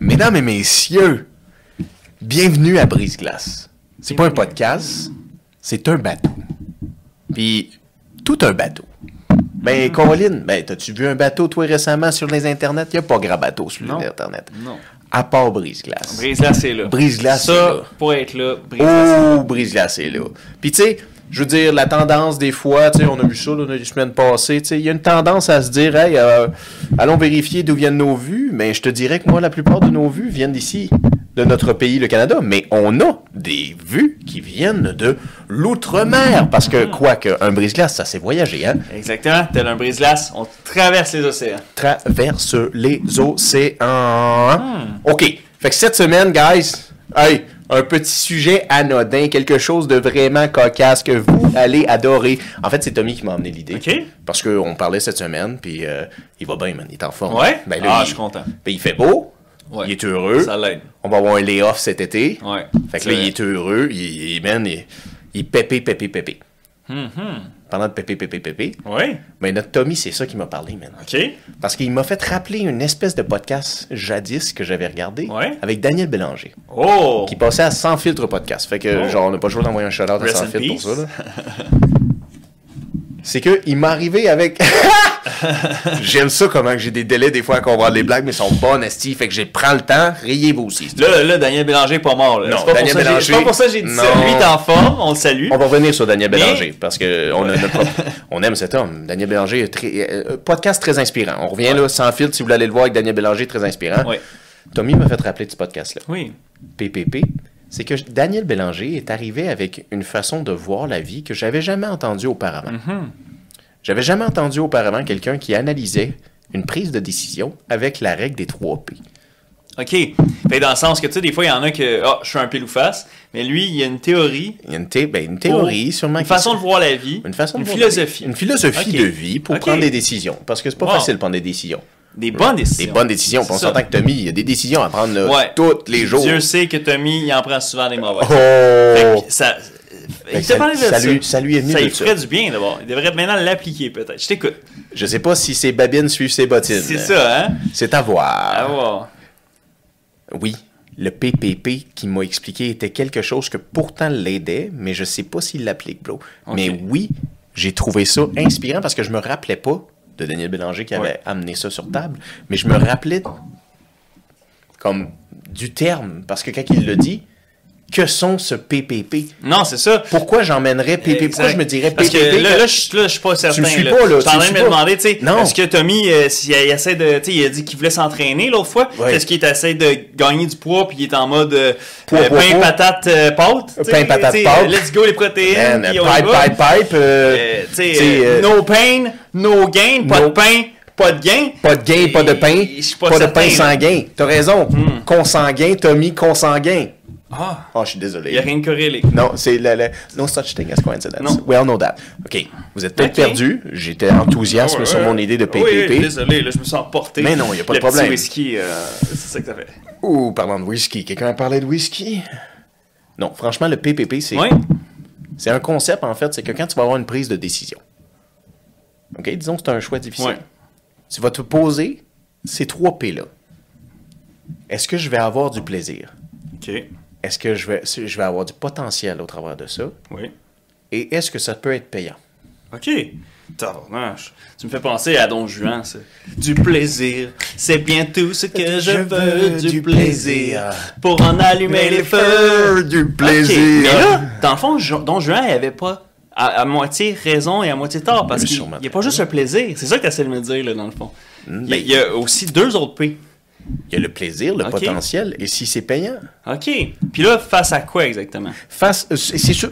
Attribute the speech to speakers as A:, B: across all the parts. A: Mesdames et messieurs, bienvenue à Brise Glace. C'est pas un podcast, c'est un bateau. Puis, tout un bateau.
B: Mm-hmm.
A: Ben, Caroline, ben, t'as-tu vu un bateau, toi, récemment, sur les internets? Il a pas grand bateau sur les
B: Non.
A: internets.
B: Non.
A: À part Brise Glace.
B: Brise-glace est là.
A: Brise-glace est là.
B: Ça, pour être là, brise-glace.
A: Oh, brise-glace est là. Puis tu sais, je veux dire, la tendance des fois, tu sais, on a vu ça là, les semaines passées, tu sais, il y a une tendance à se dire, hey, euh, allons vérifier d'où viennent nos vues, mais je te dirais que moi, la plupart de nos vues viennent d'ici, de notre pays, le Canada, mais on a des vues qui viennent de l'outre-mer, parce que quoi qu'un brise-glace, ça c'est voyager, hein?
B: Exactement, tel un brise-glace, on traverse les océans.
A: traverse les océans. OK. Fait que cette semaine, guys, hey, un petit sujet anodin, quelque chose de vraiment cocasse que vous allez adorer. En fait, c'est Tommy qui m'a amené l'idée.
B: OK.
A: Parce qu'on parlait cette semaine, puis euh, il va bien, man. Il est en forme.
B: Ouais?
A: Ben là,
B: ah,
A: il-
B: je suis content.
A: ben, il fait beau.
B: Ouais.
A: Il est heureux.
B: Ça l'aide.
A: On va avoir un lay-off cet été.
B: Ouais.
A: Fait que
B: C'est
A: là,
B: vrai.
A: il est heureux. Il, il, man, il, il est pépé, pépé, pépé.
B: Mm-hmm.
A: Pendant de pépé, pépé, pépé.
B: Oui.
A: Ben, notre Tommy, c'est ça qui m'a parlé, man.
B: OK.
A: Parce qu'il m'a fait rappeler une espèce de podcast jadis que j'avais regardé
B: Ouais.
A: avec Daniel Bélanger,
B: Oh!
A: qui passait à Sans Filtre Podcast. Fait que,
B: Oh.
A: genre, on n'a pas le choix d'envoyer un shout-out à
B: Rest
A: Sans
B: in
A: Filtre pour
B: peace.
A: ça. là. C'est que il m'est arrivé avec. J'aime ça comment que j'ai des délais des fois à comprendre les blagues, mais ils sont bonnes, esti. Fait que je prends le temps, riez-vous aussi.
B: Là, là, Daniel Bélanger est pas mort. Là.
A: Non,
B: C'est pas
A: Daniel
B: pour ça que
A: Bélanger-
B: j'ai- C'est pas pour ça que j'ai dit ça.
A: Non.
B: Lui, il est en forme, on le salue.
A: On va revenir sur Daniel
B: Mais-
A: Bélanger, parce que on, a notre propre- on aime cet homme. Daniel Bélanger, est très, euh, podcast très inspirant. On revient là, sans filtre, si vous voulez aller le voir avec Daniel Bélanger, très inspirant.
B: Oui.
A: Tommy m'a fait rappeler de ce podcast-là.
B: Oui.
A: PPP, c'est que Daniel Bélanger est arrivé avec une façon de voir la vie que j'avais jamais entendue auparavant.
B: Mm-hmm.
A: J'avais jamais entendu auparavant quelqu'un qui analysait une prise de décision avec la règle des 3 P.
B: OK. Fait que dans le sens que, tu sais, des fois, il y en a que, ah, je suis un pile ou face, mais lui, il y a une théorie.
A: Il y a une, thé- ben, une théorie,
B: pour-
A: sûrement.
B: Une
A: qui-
B: façon de voir la vie.
A: Une façon de
B: Une
A: voir-
B: philosophie.
A: Une philosophie
B: Ok.
A: de vie pour
B: Ok.
A: prendre des décisions. Parce que c'est pas
B: Wow.
A: facile de prendre des décisions.
B: Des bonnes décisions.
A: Des bonnes décisions. puis On
B: C'est ça.
A: s'entend que Tommy, il y a des décisions à prendre là,
B: Ouais.
A: tous les jours.
B: Dieu sait que Tommy, il en prend souvent des mauvaises. Fait
A: Oh!
B: que ça,
A: que
B: il
A: ça-
B: t'a parlé de
A: ça
B: ça.
A: lui- ça lui est venu
B: Ça
A: de
B: lui
A: ça.
B: ferait du bien d'abord. Il devrait maintenant l'appliquer peut-être. Je t'écoute.
A: Je sais pas si ses babines suivent ses bottines.
B: C'est ça, hein?
A: C'est à voir.
B: À voir.
A: Oui, le PPP qui m'a expliqué était quelque chose que pourtant l'aidait, mais je sais pas s'il l'applique, bro. Mais oui, j'ai trouvé ça inspirant parce que je me rappelais pas de Daniel Bélanger qui avait
B: Ouais.
A: amené ça sur table, mais je me rappelais comme du terme parce que quand il le dit, que sont ce PPP
B: Non, c'est ça.
A: Pourquoi j'emmènerais PPP Pourquoi
B: Exact.
A: je me dirais PPP
B: Parce que là,
A: que-
B: là, je, suis- là, je suis pas certain.
A: me suis pas, là,
B: Je suis en
A: tu me
B: train de
A: suis
B: me
A: pas.
B: demander, tu sais,
A: Non.
B: est-ce que Tommy, euh, s'il essaie de, tu sais, il a dit qu'il voulait s'entraîner l'autre fois,
A: Ouais.
B: est-ce qu'il essaie de gagner du poids puis il est en mode euh,
A: Poids,
B: euh,
A: poids,
B: pain,
A: poids.
B: patate, euh, pâte? tu sais,
A: Pain, patate,
B: tu sais,
A: pâte.
B: Let's go les protéines.
A: Man,
B: puis
A: pipe,
B: on y va.
A: pipe, pipe, euh,
B: Euh, tu sais,
A: tu sais,
B: euh,
A: euh,
B: no pain, no gain, pas
A: no-
B: de pain, pas de gain.
A: Pas de gain, pas de pain.
B: Je suis
A: Pas,
B: pas
A: de pain
B: certain, là. Hmm.
A: sanguin. T'as raison. Consanguin, Tommy, consanguin.
B: Ah,
A: Oh, je suis désolé.
B: il n'y a rien de corrélé.
A: Non, c'est le, le- no such thing as coincidence.
B: Non.
A: We all know that. OK. Vous êtes peut-être
B: Ok.
A: perdu. J'étais enthousiaste
B: Ouais,
A: Ah, sur
B: ouais.
A: mon idée de PPP.
B: Oui, oui, désolé, là, je me suis emporté.
A: Mais non, y a pas
B: Le
A: de problème.
B: Petit whisky, euh, c'est ça que ça fait.
A: Ouh, parlant de whisky. Quelqu'un a parlé de whisky? Non, franchement, le PPP, c'est
B: Oui,
A: c'est un concept, en fait. C'est que quand tu vas avoir une prise de décision, OK, disons que c'est un choix difficile.
B: Ouais.
A: Tu vas te poser ces trois P-là. Est-ce que je vais avoir du plaisir?
B: ok,
A: Est-ce que je vais, je vais avoir du potentiel au travers de ça?
B: oui.
A: Et est-ce que ça peut être payant?
B: Ok. Tabarnache. Tu me fais penser à Don Juan, ça. Du plaisir, c'est bien tout ce que je, veux. Du, plaisir, pour en allumer les feux.
A: du
B: Ok, Mais là, dans le fond, Jo- Don Juan, il avait pas à, à moitié raison et à moitié tort parce
A: Mais
B: qu'il
A: sûrement. Mm,
B: n'y a pas juste le plaisir. C'est ça que tu essaies de me dire, là, dans le fond. Il
A: ben.
B: y a- il y, a aussi deux autres P.
A: Il y a le plaisir, le
B: Ok.
A: potentiel, et si c'est payant.
B: OK. Puis là, face à quoi exactement?
A: Face, euh, c'est c'est sûr.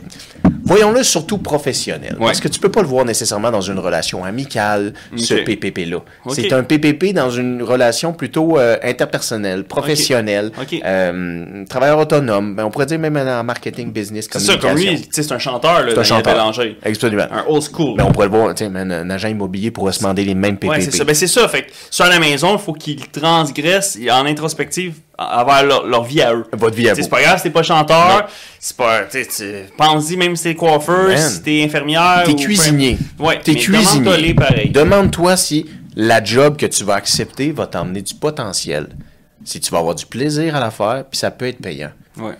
A: Voyons-le surtout professionnel.
B: Ouais.
A: Parce que tu peux pas le voir nécessairement dans une relation amicale, ce
B: Ok.
A: PPP-là.
B: Ok.
A: C'est un PPP dans une relation plutôt euh, interpersonnelle, professionnelle,
B: Ok. Ok.
A: euh, travailleur autonome. Ben, on pourrait dire même en marketing, business,
B: C'est ça,
A: communication.
B: comme lui, tu sais, c'est un chanteur, là,
A: C'est un chanteur.
B: Bélanger.
A: Absolument.
B: Un old school.
A: Ben, on pourrait le voir, tu sais, man, un agent immobilier pourrait se demander les mêmes PPP.
B: Ouais, c'est ça. Ben, c'est ça. Fait que, sur la maison, il faut qu'ils transgressent en introspective envers leur, leur vie à eux.
A: Votre vie à
B: Tu sais,
A: vous.
B: C'est pas grave si t'es pas chanteur, c'est pas. tu sais, tu- Pense-y même si t'es coiffeur,
A: Man.
B: si t'es infirmière.
A: T'es
B: ou peu-
A: cuisinier.
B: Ouais,
A: T'es
B: mais demande-toi-les
A: cuisinier.
B: pareil.
A: Demande-toi si la job que tu vas accepter va t'emmener du potentiel, si tu vas avoir du plaisir à la faire, puis ça peut être payant.
B: Ouais.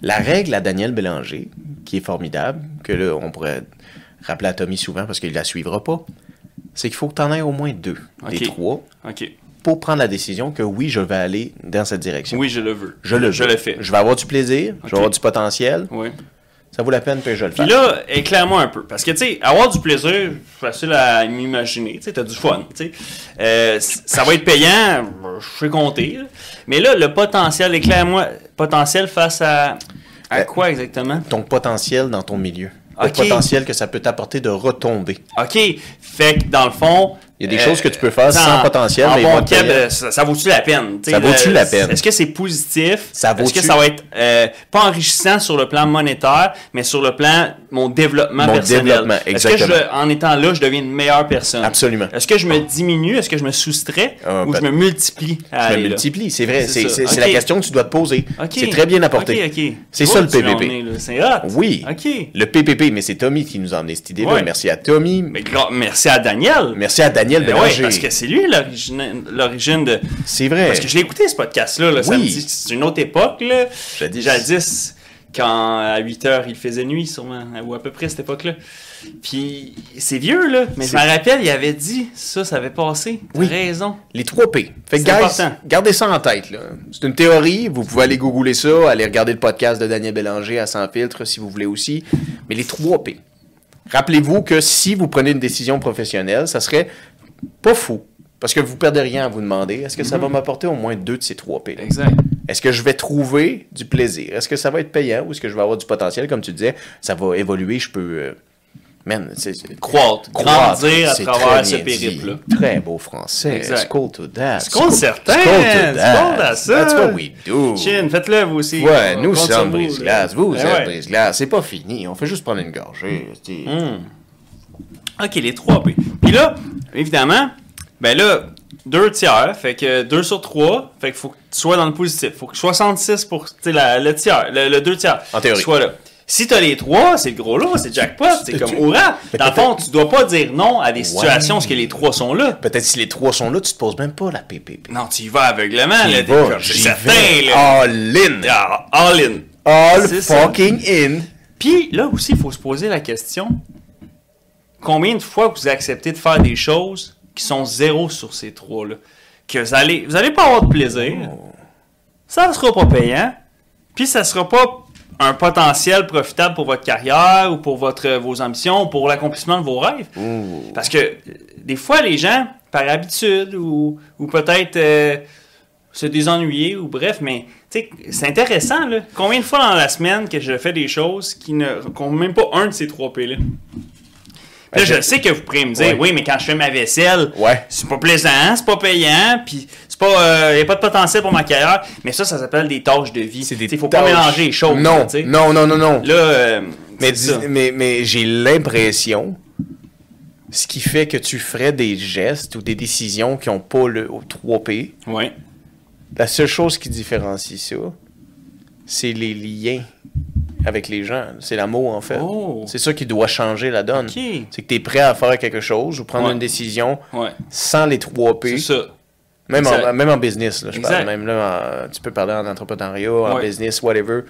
A: La règle à Daniel Bélanger, qui est formidable, que là, on pourrait rappeler à Tommy souvent parce qu'il la suivra pas, c'est qu'il faut que tu en aies au moins deux,
B: Ok.
A: des trois,
B: OK.
A: pour prendre la décision que oui, je vais aller dans cette direction.
B: Oui, je le veux.
A: Je le
B: Je
A: veux.
B: le fais.
A: Je vais avoir du plaisir, je
B: Ok.
A: vais avoir du potentiel,
B: Ouais.
A: ça vaut la peine, puis je le fais.
B: Puis là, éclaire-moi un peu. Parce que, tu sais, avoir du plaisir, facile à m'imaginer. Tu sais, t'as du fun. Tu sais, Euh, c- ça va être payant, je sais compter. là. Mais là, le potentiel, éclaire-moi. Potentiel face à. À
A: Ben,
B: quoi exactement?
A: Ton potentiel dans ton milieu. Le
B: Ok.
A: potentiel que ça peut t'apporter de retomber.
B: OK. Fait que, dans le fond. euh,
A: Il y a des choses que tu peux faire sans potentiel,
B: En
A: mais ils vont
B: bon
A: te
B: cap,
A: payer.
B: euh, ça, ça vaut-tu la peine? Tu sais,
A: Ça vaut-tu
B: euh,
A: la peine?
B: Est-ce que c'est positif?
A: Ça
B: Est-ce que
A: vaut-tu?
B: ça va être euh, pas enrichissant sur le plan monétaire, mais sur le plan mon développement
A: Mon
B: personnel?
A: développement,
B: Est-ce que je,
A: exactement.
B: en étant là, je deviens une meilleure personne?
A: Absolument.
B: Est-ce que je me diminue? Est-ce que je me soustrais?
A: Ah,
B: ou je
A: ben,
B: me multiplie? à
A: Je
B: aller
A: me
B: là?
A: multiplie, c'est vrai.
B: C'est
A: C'est
B: ça.
A: c'est- c'est
B: Ok.
A: la question que tu dois te poser.
B: OK.
A: C'est très bien apporté.
B: OK, OK.
A: C'est
B: Tu
A: ça
B: vois
A: le
B: où tu en
A: PPP.
B: es, là. C'est hot.
A: Oui.
B: OK.
A: Le PPP, mais c'est Tommy qui nous a emmené cette idée-là.
B: Ouais.
A: Merci à Tommy.
B: Mais gra- merci à Daniel.
A: Merci à Daniel
B: Ben ouais,
A: Bélanger.
B: parce que c'est lui l'origine l'origine de.
A: C'est vrai.
B: Parce que je l'ai écouté ce podcast-là, là, samedi. C'est une autre époque, là.
A: Jadis.
B: Jadis, quand à 8 heures il faisait nuit, sûrement, ou à peu près à cette époque-là. Puis c'est vieux, là. Mais je
A: C'est-
B: me rappelle, il avait dit ça, ça avait passé. T'as
A: Oui.
B: raison.
A: Les trois P. Fait que,
B: C'est
A: guys,
B: important.
A: gardez ça en tête. là. C'est une théorie. Vous pouvez aller googler ça, aller regarder le podcast de Daniel Bélanger à Sans Filtre si vous voulez aussi. Mais les trois P. Rappelez-vous que si vous prenez une décision professionnelle, ça serait pas fou. Parce que vous perdez rien à vous demander. Est-ce que
B: Mm-hmm.
A: ça va m'apporter au moins deux de ces trois P? là?
B: Exact.
A: Est-ce que je vais trouver du plaisir? Est-ce que ça va être payant ou est-ce que je vais avoir du potentiel? Comme tu disais, ça va évoluer, je peux. euh, Man, c'est. c'est- croître,
B: Croître, grandir à
A: c'est
B: travers
A: très
B: ce
A: bien dit.
B: périple-là.
A: Très beau français.
B: Exact.
A: School to that.
B: School certain,
A: to that.
B: school à ça.
A: That's what we do.
B: Chine, faites-le vous aussi.
A: Oh. Ouais,
B: On
A: nous
B: compte sur
A: sommes
B: vous,
A: brise-glace.
B: là.
A: Vous
B: Ben
A: êtes
B: ouais. Hmm.
A: brise-glace. C'est pas fini. On fait juste prendre une gorgée. c'est-
B: OK, les 3 B. Puis là, évidemment, ben là, 2 tiers, fait que 2 sur 3, fait qu'il faut que tu sois dans le positif. Faut que 66 pour tu sais, la, le tiers, le, 2 tiers,
A: En théorie.
B: soit là. Si t'as les 3, c'est le gros lot, c'est jackpot, c'est comme
A: tu-
B: hurrah. Dans le fond, tu dois pas dire non à des situations parce que les 3 sont là.
A: Peut-être si les trois sont là, tu te poses même pas la PPP.
B: Non, tu y vas aveuglément, là,
A: J'y
B: t'es
A: vais,
B: comme, c'est
A: j'y
B: certain,
A: vais.
B: là.
A: All in.
B: Ah, all in.
A: All
B: C'est ça.
A: fucking in.
B: Puis là aussi, il faut se poser la question combien de fois vous acceptez de faire des choses qui sont zéro sur ces trois-là Que vous allez, vous allez pas avoir de plaisir, ça ne sera pas payant, puis ça sera pas un potentiel profitable pour votre carrière ou pour votre, vos ambitions ou pour l'accomplissement de vos rêves. Parce que euh, des fois, les gens, par habitude ou, ou peut-être euh, se désennuyer ou bref, mais tu sais, c'est intéressant. Là. Combien de fois dans la semaine que je fais des choses qui ne n'ont même pas un de ces trois P-là? Puis Là,
A: Ben,
B: je
A: je-
B: sais que vous pourriez me dire,
A: Ouais.
B: oui, mais quand je fais ma vaisselle,
A: Ouais.
B: c'est pas plaisant, c'est pas payant, puis c'est pas, euh, y a pas de potentiel pour ma carrière. Mais ça, ça s'appelle des tâches de vie.
A: C'est des
B: Il faut pas
A: tâches.
B: mélanger les choses. là,
A: Non,
B: tu sais.
A: non, non, non, non.
B: Là, euh,
A: mais
B: c'est
A: dis-
B: ça.
A: mais, mais j'ai l'impression, ce qui fait que tu ferais des gestes ou des décisions qui n'ont pas le 3P,
B: Ouais.
A: la seule chose qui différencie ça, c'est les liens avec les gens. C'est l'amour, en fait.
B: Oh.
A: C'est ça qui doit changer la donne.
B: Ok.
A: C'est que tu es prêt à faire quelque chose ou prendre
B: Ouais.
A: une décision
B: Ouais.
A: sans les 3P.
B: C'est ça.
A: Même
B: Exact.
A: en, même en business, là, je
B: Exact.
A: parle. Même là, en- tu peux parler en entrepreneuriat, en
B: Ouais.
A: business, whatever.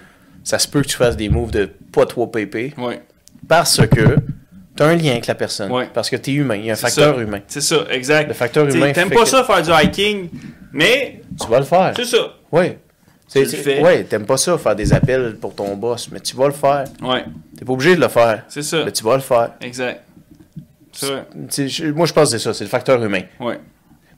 A: Ça se peut que tu fasses des moves de pas 3 PP
B: Ouais.
A: parce que tu as un lien avec la personne.
B: Ouais.
A: Parce que tu es humain. Il y a un facteur
B: ça.
A: humain.
B: C'est ça, exact.
A: Le facteur
B: T'sais,
A: humain
B: T'aimes
A: fait
B: pas
A: que-
B: ça faire du hiking, mais
A: Tu vas le faire.
B: c'est ça.
A: Oui.
B: le fais.
A: Oui, t'aimes pas ça, faire des appels pour ton boss, mais tu vas le faire.
B: Ouais,
A: T'es pas obligé de le faire,
B: c'est ça.
A: mais tu vas le faire.
B: Exact. C'est vrai.
A: Tu sais, je- moi, je pense que c'est ça, c'est le facteur humain.
B: Ouais.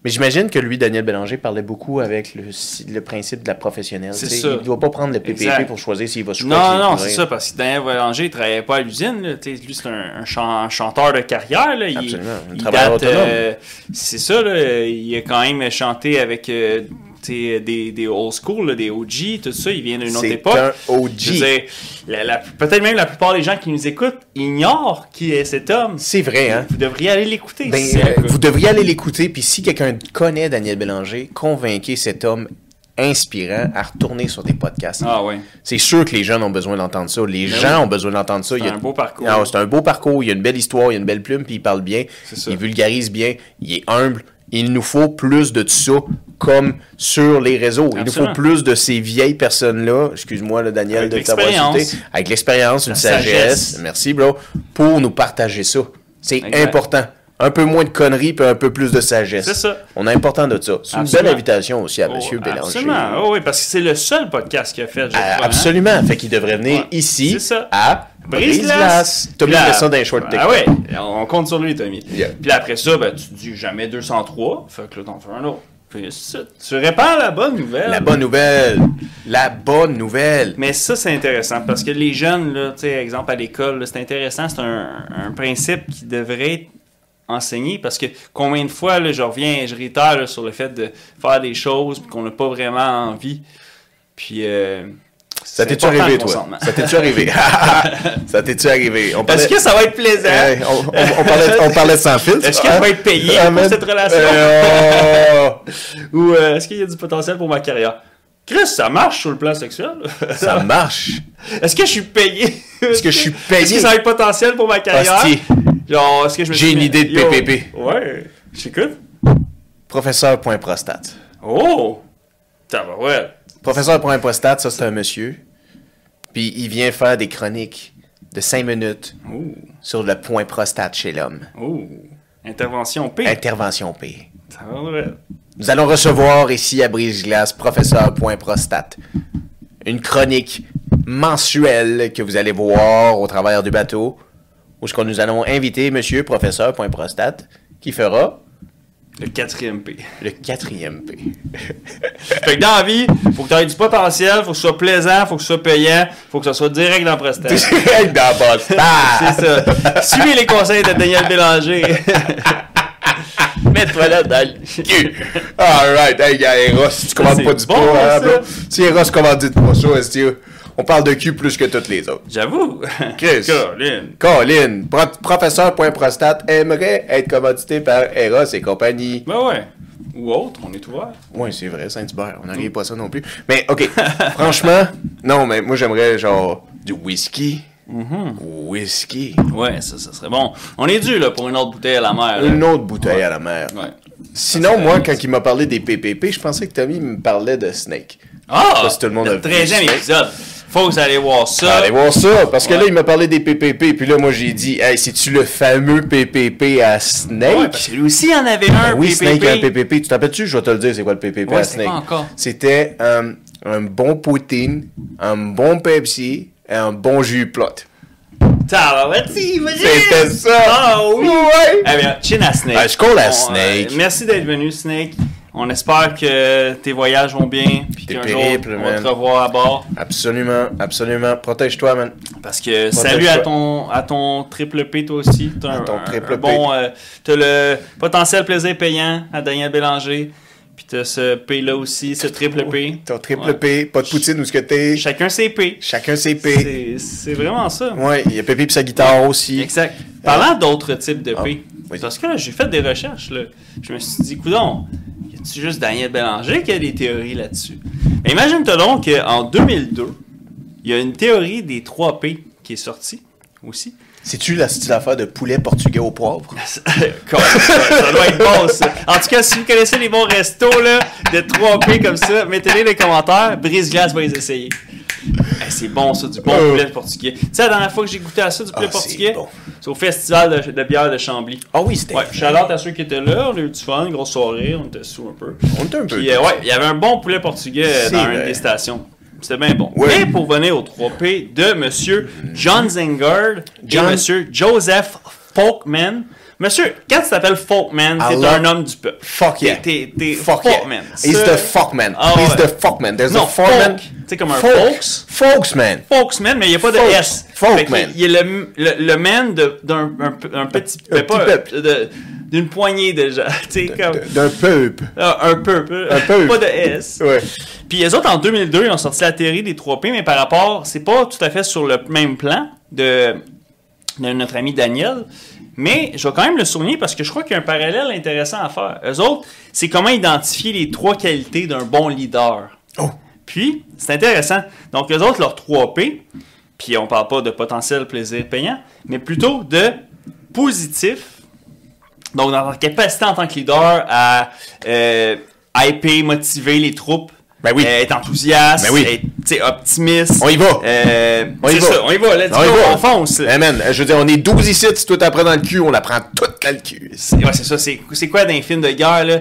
A: Mais j'imagine que lui, Daniel Bélanger, parlait beaucoup avec le, si- le principe de la professionnelle.
B: C'est
A: Tu sais,
B: ça.
A: Il doit pas prendre le PPP
B: Exact.
A: pour choisir s'il va se choisir.
B: Non, non,
A: pour
B: c'est
A: rien.
B: ça, parce que Daniel Bélanger, il travaillait pas à l'usine. là. T'sais, Lui, c'est un, un chan- un chanteur de carrière. Là. Il,
A: Absolument, un
B: il
A: travailleur
B: date,
A: autonome.
B: euh, c'est ça, là, il a quand même chanté avec euh, t'sais, des, des old school, là, des OG, tout ça. Il vient d'une autre
A: C'est
B: époque.
A: un
B: Je veux
A: OG.
B: dire, la- la- peut-être même la plupart des gens qui nous écoutent ignorent qui est cet homme.
A: C'est vrai, hein?
B: Vous devriez aller l'écouter.
A: Ben,
B: si ça
A: euh,
B: l'écoute.
A: vous devriez aller l'écouter, puis si quelqu'un connaît Daniel Bélanger, convainquez cet homme inspirant à retourner sur des podcasts.
B: Ah ouais.
A: C'est sûr que les jeunes ont besoin d'entendre ça. Les
B: Ben
A: gens ont besoin d'entendre ça.
B: C'est
A: Il y a-
B: un beau parcours.
A: Ah, c'est un beau parcours. Il y a une belle histoire, il y a une belle plume, puis il parle bien,
B: C'est ça.
A: il vulgarise bien, il est humble, Il nous faut plus de ça comme sur les réseaux. Il
B: Absolument.
A: nous faut plus de ces vieilles personnes-là, excuse-moi là, Daniel
B: Avec
A: de t'avoir
B: l'expérience.
A: insulté, avec l'expérience, une
B: La
A: sagesse.
B: sagesse.
A: merci bro, pour nous partager ça. C'est
B: Exact.
A: important. Un peu moins de conneries puis un peu plus de sagesse.
B: C'est ça.
A: On a important de ça. C'est une
B: Absolument.
A: belle invitation aussi à Euh, Monsieur
B: Oh,
A: Bélanger.
B: Absolument. Oh, oui, parce que c'est le seul podcast qu'il a fait. je
A: Ah,
B: crois, hein.
A: absolument. Fait qu'il devrait venir
B: Ouais.
A: ici
B: C'est ça.
A: à Brise-Glace. T'as mis
B: Puis là-
A: le son d'un choix de
B: Ah
A: TikTok.
B: ouais, on compte sur lui, Tommy.
A: Yeah.
B: Puis là, après ça, ben, tu te dis jamais 203. Fait que là, t'en fais un autre. Puis ça, tu répares la bonne nouvelle.
A: La bonne nouvelle. La bonne nouvelle.
B: Mais ça, c'est intéressant parce que les jeunes, là, tu sais, exemple à l'école, là, c'est intéressant, c'est un, un principe qui devrait être enseigné parce que combien de fois, là, je reviens, je réitère là, sur le fait de faire des choses puis qu'on n'a pas vraiment envie. Puis. euh,
A: Ça
B: c'est
A: t'est-tu
B: important, le
A: arrivé, toi?
B: consentement.
A: Ça t'est-tu arrivé? ça t'est-tu arrivé? On
B: Est-ce que ça va être plaisant?
A: Hey, on, on- on parlait, on parlait de sans fil.
B: Est-ce qu'elle va être payée pour cette relation? Ou euh, est-ce qu'il y a du potentiel pour ma carrière? Chris, ça marche sur le plan sexuel?
A: ça marche.
B: Est-ce que je suis payé?
A: Est-ce que je suis payé?
B: Est-ce que ça a un potentiel pour ma carrière?
A: Hostie.
B: Genre, est-ce que je me
A: J'ai
B: suis-
A: une idée de
B: Yo,
A: PPP.
B: Ouais, j'écoute.
A: Professeur.prostate.
B: Oh! Tabarouette.
A: Professeur pour un prostate, ça c'est un monsieur. Puis il vient faire des chroniques de 5 minutes
B: Ouh,
A: sur le point prostate chez l'homme.
B: ouh. Oh! Intervention P.
A: Intervention P.
B: Tabarouette.
A: Nous allons recevoir ici à Brise-Glace Professeur Point Prostate. Une chronique mensuelle que vous allez voir au travers du bateau, où ce qu'on nous allons inviter Monsieur Professeur Point Prostate, qui fera
B: Le quatrième P.
A: le quatrième P.
B: Fait que dans la vie, faut que tu aies du potentiel, faut que ce soit plaisant, faut que ce soit payant, faut que ce soit direct dans la prestation.
A: Dans la prostate.
B: C'est ça. Suivez les conseils de Daniel Bélanger. Mets-toi là dans le cul.
A: Alright, hey gars, Eros, tu commandes
B: C'est
A: pas du
B: bon,
A: pot, hein,
B: ça.
A: bro? Si Eros commandite pas ça, est-ce que- on parle de cul plus que toutes les autres.
B: J'avoue.
A: Chris.
B: Caroline.
A: Colin, pro professeur point prostate aimerait être commandité par Eros et compagnie.
B: Ben ouais. Ou autre, on est ouvert.
A: Oui, c'est vrai, Saint-Hubert, on n'arrive pas à ça non plus. Mais OK, franchement, non, mais moi j'aimerais genre Mhm. du whisky. Whisky.
B: Ouais, ça, ça serait bon. On est dû, là, pour une autre bouteille à la mer. là.
A: Euh, Une autre bouteille à la mer.
B: Ouais.
A: Sinon, moi, quand il m'a parlé des PPP, je pensais que Tommy me parlait de Snake.
B: Ah!
A: pas si tout le monde a vu
B: très
A: ça.
B: j'aime épisode. Faut que vous allez voir ça.
A: Allez voir ça, parce que
B: Ouais.
A: là, il m'a parlé des PPP, puis là, moi, j'ai dit, hey, c'est-tu le fameux PPP à Snake?
B: Ouais, parce que lui aussi en avait un.
A: Ben oui,
B: PPP.
A: Snake a un PPP. Tu t'appelles-tu? Je vais te le dire, c'est quoi le PPP
B: Ouais,
A: à
B: c'était
A: Snake?
B: quoi encore?
A: C'était euh, un bon poutine, un bon Pepsi et un bon jus plot.
B: Tabarouette, imagine!
A: C'était ça!
B: Ah oui!
A: Ouais!
B: Eh bien, chin à Snake.
A: Ben, je colle à
B: On,
A: Snake.
B: euh, merci d'être venu, Snake. On espère que tes voyages vont bien, puis
A: Tes
B: qu'un
A: périples,
B: jour, on va
A: man.
B: te revoir à bord.
A: Absolument, absolument. Protège-toi, man.
B: Parce que
A: Protège-toi.
B: salut à ton, à ton triple P, toi aussi. T'as un,
A: ton
B: un-
A: triple
B: un bon, euh, t'as le potentiel plaisir payant à Daniel Bélanger. Puis t'as ce P-là aussi, ce triple P.
A: Ton triple
B: Ouais.
A: P, pas de poutine ou ce que t'es.
B: Chacun ses P.
A: Chacun ses P.
B: C'est c'est vraiment ça.
A: Ouais, il y a Pépé et sa guitare aussi.
B: Exact. Parlant d'autres types
A: Ah,
B: de P,
A: vas-y.
B: parce que là, j'ai fait des recherches, là. Je me suis dit, coudon, y a-tu juste Daniel Bélanger qui a des théories là-dessus? Mais imagine-toi donc qu'en 2002, il y a une théorie des 3 P qui est sortie aussi.
A: C'est-tu la style affaire de poulet portugais au poivre?
B: ça ça doit être bon, ça. En tout cas, si vous connaissez les bons restos là, de 3P comme ça, mettez-les dans les commentaires. Brise-glace va les essayer. Eh, c'est bon, ça, du bon
A: Euh.
B: poulet portugais. Tu sais, la dernière fois que j'ai goûté à ça, du poulet
A: Ah, c'est
B: portugais,
A: bon.
B: c'est au festival de, de bière de Chambly.
A: Ah oui, c'était.
B: Ouais, shout-out à ceux qui étaient là, on a eu du fun, grosse soirée, on était sous un peu.
A: On était un peu.
B: Puis, euh, ouais, il y avait un bon poulet portugais euh,
A: C'est
B: dans une
A: vrai.
B: des stations. C'était bien bon.
A: Ouais.
B: Et pour venir au 3P de Monsieur John Zingard
A: John-
B: et Monsieur Joseph Folkman. Monsieur, quand tu t'appelles Folkman,
A: I
B: t'es
A: love-
B: un homme du peuple.
A: Fuck yeah.
B: T'es, t'es- t'es
A: Fuck
B: Folkman.
A: yeah. He's
B: Ça-
A: the fuck man.
B: Ah
A: He's
B: ouais.
A: the fuck man. There's
B: Non,
A: a fuck man.
B: folk. T'sais, comme un folks.
A: Folksman.
B: Folkman, mais il n'y a pas de
A: Folk-
B: S.
A: Folkman.
B: Fait qu'il- Il est le, le, le man de- d'un un, un petit, mais pas,
A: petit peuple.
B: de- d'une poignée de gens. T'sais, comme,
A: D'un peuple.
B: Ah, un peu, peu.
A: Un peu.
B: Pas de S.
A: Ouais.
B: Puis les autres, en 2002, ils ont sorti la théorie des 3P, mais par rapport, c'est pas tout à fait sur le même plan de, de notre ami Daniel, mais je vais quand même le souligner parce que je crois qu'il y a un parallèle intéressant à faire. Eux autres, c'est comment identifier les trois qualités d'un bon leader.
A: Oh.
B: Puis, c'est intéressant. Donc, eux autres, leurs 3P, puis on parle pas de potentiel plaisir payant, mais plutôt de positif, Donc, dans votre capacité en tant que leader à euh, hyper, motiver les troupes,
A: Ben oui.
B: euh, être enthousiaste,
A: Ben oui.
B: être tu sais, optimiste.
A: On y va.
B: Euh,
A: On y
B: c'est
A: va.
B: ça, on y va, let's
A: On y
B: go,
A: va. Euh,
B: on fonce.
A: Hey, man, je veux dire, on est 12 ici, si tout apprend dans le cul, on la prend toute dans le cul.
B: C'est- Ouais, c'est ça. C'est, c'est quoi d'un film de guerre, là?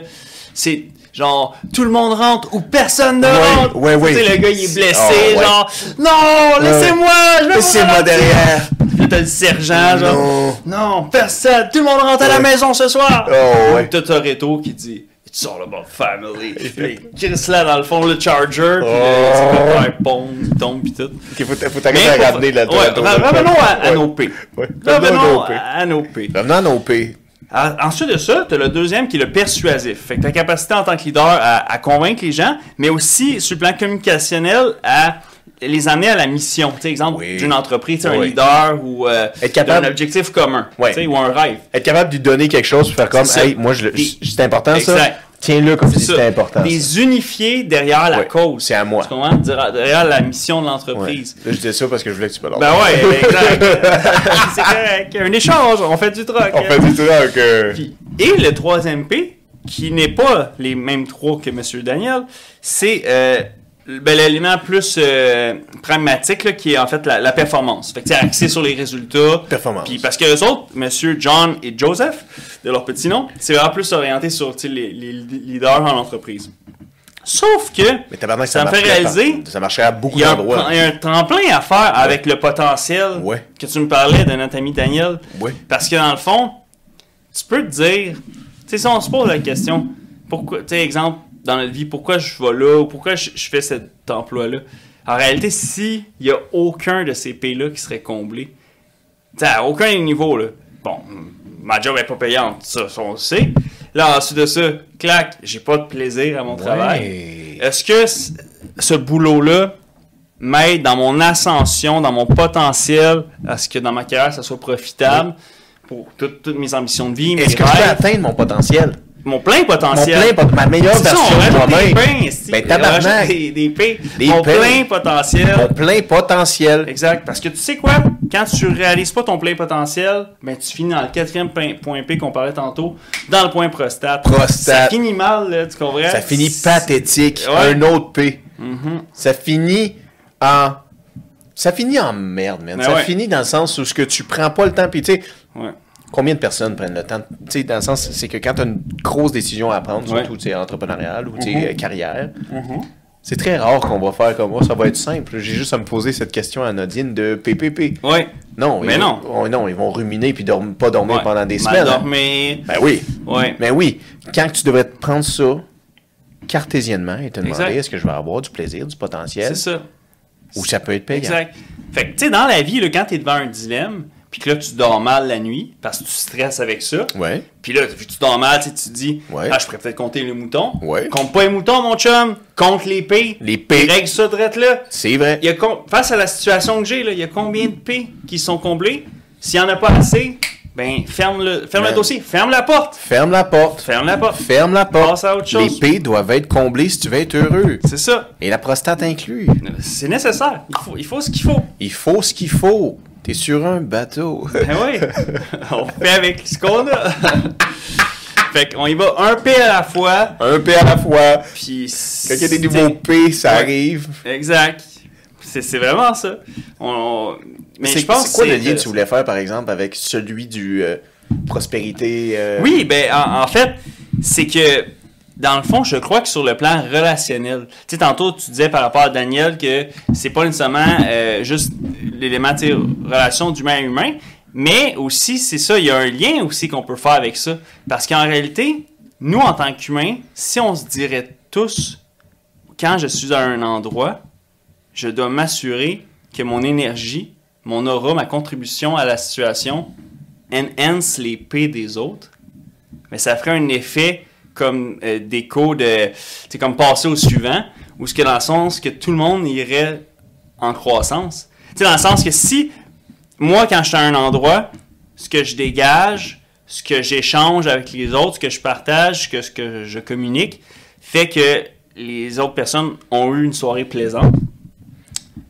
B: C'est genre, tout le monde rentre ou personne ne
A: Ouais,
B: rentre.
A: ouais, ouais.
B: Tu sais, le gars, il est blessé,
A: Ah, ouais.
B: genre, non, laissez-moi, je vais vous
A: Laissez-moi
B: ralentir.
A: derrière.
B: Puis là, t'as le sergent, genre, non, personne, tout le monde rentre à la
A: Ouais.
B: maison ce soir.
A: Oh, ouais.
B: Puis T'as Toretto qui dit, it's all about family. Puis Chris là, dans le fond, le charger, puis le
A: Oh.
B: petit copain pompe, il tombe, puis tout.
A: Ok, faut, faut t'arrêter à
B: pour-
A: ramener la
B: ouais, revenons à, à nos P.
A: Ouais. Revenons
B: Revenons
A: à nos P.
B: à nos P.
A: Revenons à nos P.
B: Ah, Ensuite de ça, tu as le deuxième qui est le persuasif. Fait que ta capacité en tant que leader à, à convaincre les gens, mais aussi sur le plan communicationnel à les amener à la mission. Tu sais, exemple
A: Oui.
B: d'une entreprise, tu sais, un
A: Oui.
B: leader ou euh,
A: Être capable-
B: d'un objectif commun
A: Ouais.
B: tu sais, ou un rêve.
A: Être capable de lui donner quelque chose pour faire comme,
B: C'est ça.
A: hey, moi, je le-
B: Des-
A: c'est c'est important ça.
B: Exact.
A: Tiens-le comme si
B: C'est
A: c'était
B: ça.
A: important. ça.
B: Les unifier derrière la
A: Ouais.
B: cause.
A: C'est à moi.
B: Tu comprends? Derrière- Derrière la mission de
A: Ouais.
B: l'entreprise.
A: Là, je dis ça parce que je voulais que tu parles.
B: Ben ouais, ben exact. C'est correct. Un échange, on fait du troc.
A: On fait du truc. euh,
B: Puis- et le troisième P, qui n'est pas les mêmes trois que M. Daniel, c'est euh, ben, l'élément plus euh, pragmatique là, qui est en fait la, la performance. Fait que c'est axé sur les résultats.
A: Performance.
B: Puis parce que les autres, M. John et Joseph, de leur petit nom, c'est vraiment plus orienté sur tu sais, les, les leaders en entreprise. Sauf que
A: Mais tabarnak,
B: ça me fait
A: marcherait
B: réaliser
A: par- Ça marcherait à beaucoup
B: il y, a un,
A: d'endroits.
B: il y a un tremplin à faire avec le potentiel
A: Ouais.
B: que tu me parlais de notre ami Daniel.
A: Ouais.
B: Parce que dans le fond, tu peux te dire, tu sais, si on se pose la question, pourquoi, tu sais, exemple, dans notre vie, pourquoi je vais là ou pourquoi je, je fais cet emploi-là? En réalité, s'il n'y a aucun de ces pays-là qui serait comblé, tu sais, à aucun niveau, là, bon, ma job est pas payante, ça, ça, on le sait. Là, ensuite de ça, clac, j'ai pas de plaisir à mon travail. Est-ce que c- ce boulot-là m'aide dans mon ascension, dans mon potentiel, à ce que dans ma carrière, ça soit profitable pour toutes, toutes mes ambitions de vie, mes
A: Est-ce que je peux
B: rêves,
A: atteindre mon potentiel?
B: mon plein
A: Mon
B: potentiel.
A: plein, pot- ma meilleure
B: C'est ça,
A: version
B: on
A: de
B: rajoute
A: moi-même.
B: des pains, esti.
A: Ben,
B: On
A: tabarnak.
B: rajoute des, des pains.
A: Des
B: mon
A: pains.
B: plein potentiel.
A: Mon plein potentiel.
B: Exact. Parce que tu sais quoi? Quand tu réalises pas ton plein potentiel, ben tu finis dans le quatrième point, point P qu'on parlait tantôt, dans le point prostate.
A: Prostate.
B: Ça finit mal, là, tu comprends?
A: Ça finit pathétique.
B: Ouais. Mm-hmm.
A: Un autre P. Ça finit en. Ça finit en merde, man.
B: Ben
A: ça
B: ouais.
A: finit dans le sens où ce que tu prends pas le temps. Puis, tu sais,
B: Ouais.
A: combien de personnes prennent le temps? Tu sais, dans le sens, c'est que quand tu as une grosse décision à prendre,
B: Ouais. Mm-hmm.
A: surtout, tu sais, entrepreneuriale ou, tu sais, euh, carrière, c'est très rare qu'on va faire comme, oh, ça va être simple. J'ai juste à me poser cette question à Nadine de PPP.
B: Ouais.
A: Non,
B: Mais
A: ils
B: non.
A: Vont, oh, non, ils vont ruminer puis dorm- pas dormir
B: Ouais.
A: pendant des
B: Mal
A: semaines. hein.
B: dormir.
A: Ben oui.
B: Ouais.
A: Ben oui. Quand tu devrais te prendre ça cartésiennement et te
B: Exact.
A: demander est-ce que je vais avoir du plaisir, du potentiel,
B: C'est ça.
A: ou ça peut être payant.
B: Exact. Fait que, tu sais, dans la vie, là, quand t'es devant un dilemme, puis que là, tu dors mal la nuit, parce que tu stresses avec ça,
A: Ouais.
B: puis là, vu que tu dors mal, tu sais, tu te dis,
A: Ouais.
B: ah, je pourrais peut-être compter les moutons.
A: Ouais.
B: Compte pas les moutons, mon chum. Compte les pays.
A: Les P.
B: Règle ça, traite là.
A: C'est vrai.
B: Il y a com- face à la situation que j'ai, là, il y a combien de P qui sont comblés? S'il n'y en a pas assez, ben ferme le, ferme le
A: Man.
B: dossier, ferme la porte,
A: Ferme la porte.
B: ferme la porte.
A: Ferme la porte.
B: Passe à autre
A: Les
B: chose.
A: P doivent être comblés si tu veux être heureux.
B: C'est ça.
A: Et la prostate inclue.
B: C'est nécessaire. Il faut, il faut ce qu'il faut.
A: Il faut ce qu'il faut. T'es sur un bateau.
B: Ben oui. On fait avec ce qu'on a. fait qu'on y va un P à la fois.
A: un P à la fois.
B: Puis.
A: Quand il y a des nouveaux P, ça
B: Ouais.
A: arrive.
B: Exact. C'est c'est vraiment ça. On, on- Mais
A: C'est
B: je pense
A: c'est quoi
B: que
A: le
B: c'est-
A: lien que tu voulais faire, par exemple, avec celui du euh, prospérité? euh,
B: Oui, ben en, en fait, c'est que dans le fond, je crois que sur le plan relationnel, tu sais, tantôt tu disais par rapport à Daniel que c'est pas nécessairement euh, juste l'élément tu sais, relation d'humain à humain, mais aussi c'est ça, il y a un lien aussi qu'on peut faire avec ça, parce qu'en réalité, nous en tant qu'humains, si on se dirait tous, quand je suis à un endroit, je dois m'assurer que mon énergie, mon aura, ma contribution à la situation enhance les P des autres, mais ça ferait un effet comme euh, d'écho de. C'est comme passer au suivant, ou ce que dans le sens que tout le monde irait en croissance. Tu sais, dans le sens que si moi, quand je suis à un endroit, ce que je dégage, ce que j'échange avec les autres, ce que je partage, ce que, ce que je communique, fait que les autres personnes ont eu une soirée plaisante.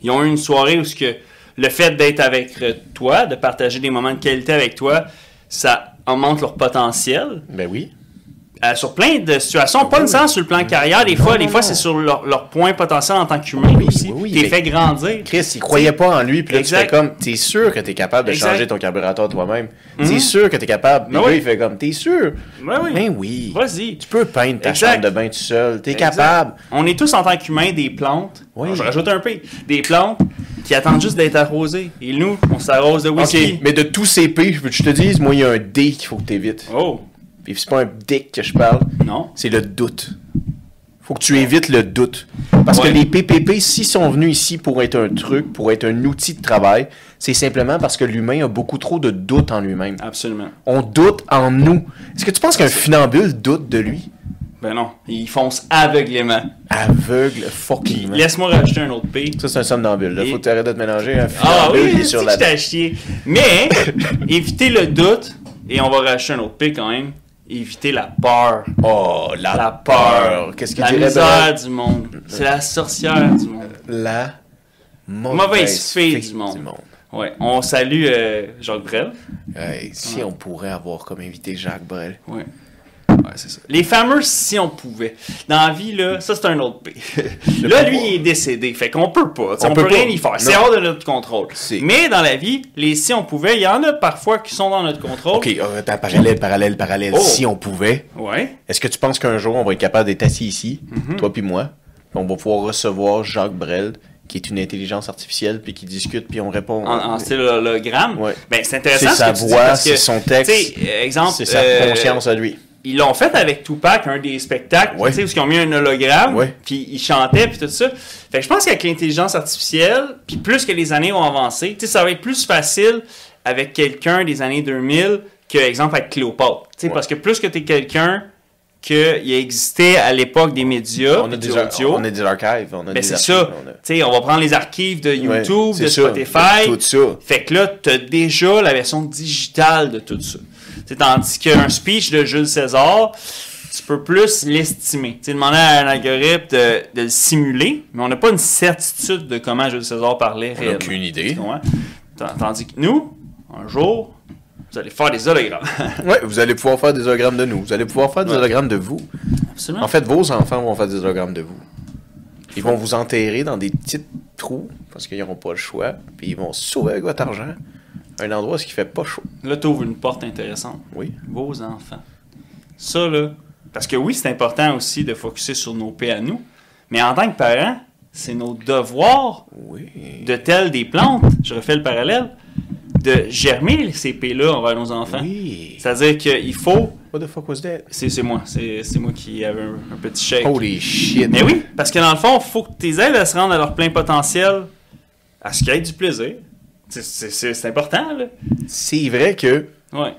B: Ils ont eu une soirée où ce que le fait d'être avec euh, toi, de partager des moments de qualité avec toi, ça augmentent leur potentiel
A: Ben oui.
B: euh, sur plein de situations, pas nécessairement sur le plan carrière, des fois,
A: Ah
B: des
A: non,
B: fois
A: non. Ah
B: c'est sur leur, leur point potentiel en tant qu'humain
A: Oui,
B: aussi,
A: oui, oui,
B: qui les
A: mais-
B: fait grandir.
A: Chris, il croyait pas en lui, puis là,
B: Exact.
A: tu fais comme, t'es sûr que t'es capable de
B: Exact. Mm-hmm.
A: changer ton carburateur toi-même. T'es sûr que t'es capable. Puis
B: Ben
A: là,
B: oui.
A: il fait comme, t'es sûr.
B: Ben oui.
A: Ben oui.
B: Vas-y.
A: Tu peux peindre ta
B: Exact.
A: chambre de bain tout seul. T'es
B: Exact.
A: capable.
B: On est tous en tant qu'humains des plantes.
A: Oui.
B: Je rajoute un peu. Des plantes qui attendent juste d'être arrosées. Et nous, on s'arrose de
A: Ok,
B: whisky.
A: mais de tous ces P, je veux que je te dise, moi, il y a un D qu'il faut que t'évites.
B: Oh,
A: Puis c'est pas un dick que je parle.
B: non.
A: C'est le doute. Faut que tu évites le doute. Parce
B: Ouais.
A: que les PPP, s'ils sont venus ici pour être un truc, pour être un outil de travail, c'est simplement parce que l'humain a beaucoup trop de doutes en lui-même.
B: Absolument.
A: On doute en nous. Est-ce que tu penses qu'un funambule doute de lui?
B: Ben non. Ils foncent aveuglément.
A: Aveugle, fucking.
B: Laisse-moi rajouter un autre P.
A: Ça, c'est un somnambule. là.
B: Et-
A: Faut que tu arrêtes de te mélanger. Un
B: Ah
A: funambule,
B: oui,
A: il est
B: c'est
A: sur
B: que
A: la...
B: je t'ai chié. Mais, éviter le doute, et on va rajouter un autre P quand même, éviter la peur.
A: Oh, la,
B: La
A: peur.
B: peur.
A: Qu'est-ce qu'il
B: La
A: dirait
B: misère
A: Benoît?
B: du monde. C'est la sorcière du monde.
A: La mauvaise,
B: Mauvaise fille du monde. Ouais, on salue euh, Jacques Brel.
A: Hey, si on pourrait avoir comme invité Jacques Brel.
B: Ouais. Ouais, c'est ça. Les fameux si on pouvait. Dans la vie, là, ça c'est un autre P. là, lui, il est décédé. Fait qu'on peut pas. t'sais,
A: On
B: On,
A: peut
B: peut,
A: pas.
B: rien y faire. C'est
A: Non.
B: hors de notre contrôle.
A: C'est-
B: Mais dans la vie, les si on pouvait, il y en a parfois qui sont dans notre contrôle.
A: Ok, euh, attends, parallèle, parallèle, parallèle.
B: Oh.
A: Si on pouvait,
B: Ouais.
A: est-ce que tu penses qu'un jour on va être capable d'être assis ici,
B: Mm-hmm.
A: toi puis moi, puis on va pouvoir recevoir Jacques Brel, qui est une intelligence artificielle, puis qui discute, puis on répond.
B: En, en style hologramme.
A: Ouais.
B: Ben, c'est
A: c'est
B: intéressant. ce
A: sa
B: que tu dis
A: voix,
B: parce que,
A: c'est son texte,
B: t'sais, euh, exemple,
A: c'est sa
B: euh,
A: conscience à lui.
B: ils l'ont fait avec Tupac, un des spectacles,
A: Ouais.
B: tu sais, où ils ont mis un hologramme,
A: Ouais.
B: puis ils chantaient, puis tout ça. Fait que je pense qu'avec l'intelligence artificielle, puis plus que les années ont avancé, tu sais, ça va être plus facile avec quelqu'un des années 2000 que, exemple, avec Cléopâtre. Tu sais,
A: Ouais.
B: Parce que plus que tu es quelqu'un qu'il existait à l'époque des médias,
A: On a,
B: puis
A: des
B: du
A: ar-
B: audio,
A: on a des archives, on a
B: ben
A: des
B: c'est
A: archives,
B: ça.
A: on a-
B: Tu sais, on va prendre les archives de
A: Ouais,
B: YouTube,
A: c'est
B: de
A: ça,
B: Spotify.
A: Tout ça.
B: Fait que là, t'as déjà la version digitale de tout ça. T'sais, tandis qu'un speech de Jules César, tu peux plus l'estimer. Tu demander à un algorithme de, de le simuler, mais on n'a pas une certitude de comment Jules César parlait
A: On a
B: réellement.
A: aucune
B: Tu
A: idée.
B: comprends? Tant- Tandis que nous, un jour, vous allez faire des hologrammes.
A: Ouais, vous allez pouvoir faire des hologrammes de nous. Vous allez pouvoir faire des
B: Ouais.
A: hologrammes de vous.
B: Absolument.
A: En fait, vos enfants vont faire des hologrammes de vous. Ils vont vous enterrer dans des petits trous parce qu'ils n'auront pas le choix. Puis ils vont sauver avec votre argent un endroit où il fait pas chaud.
B: Là, t'ouvres une porte intéressante.
A: Oui.
B: Vos enfants. Ça, là. Parce que oui, c'est important aussi de focuser sur nos paix à nous, mais en tant que parents, c'est nos devoirs
A: Oui.
B: de telles des plantes, je refais le parallèle, de germer ces pays-là envers nos enfants.
A: Oui.
B: C'est-à-dire qu'il faut.
A: What the fuck was that?
B: C'est c'est moi, c'est c'est moi qui avais un, un petit chèque.
A: Holy shit.
B: Mais oui, parce que dans le fond, il faut que tu les aides à se rendre à leur plein potentiel, à ce qu'il y ait du plaisir. C'est- C'est c'est- c'est important, là.
A: C'est vrai que.
B: Ouais.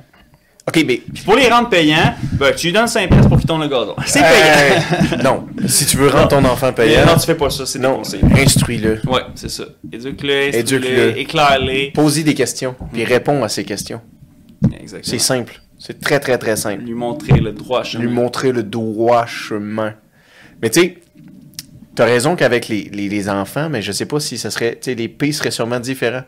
A: Ok, mais.
B: Puis pour les rendre payants, ben, tu lui donnes 5 piastres pour qu'il tourne le gazon. C'est payant.
A: Hey. non. Si tu veux rendre ton enfant
B: Mais
A: payant,
B: Non, tu fais pas ça, c'est
A: non,
B: déconseillé.
A: instruis-le.
B: Ouais, c'est ça. Éduque-les,
A: Éduque-le.
B: éduque-les, éclaire-les.
A: Pose-y des questions, puis réponds à ces questions. C'est
B: Exactement.
A: simple. C'est très, très, très simple.
B: Lui montrer le droit chemin.
A: lui montrer le droit chemin. Mais tu sais, t'as raison qu'avec les, les, les enfants, mais je sais pas si ça serait, tu sais, les P seraient sûrement différents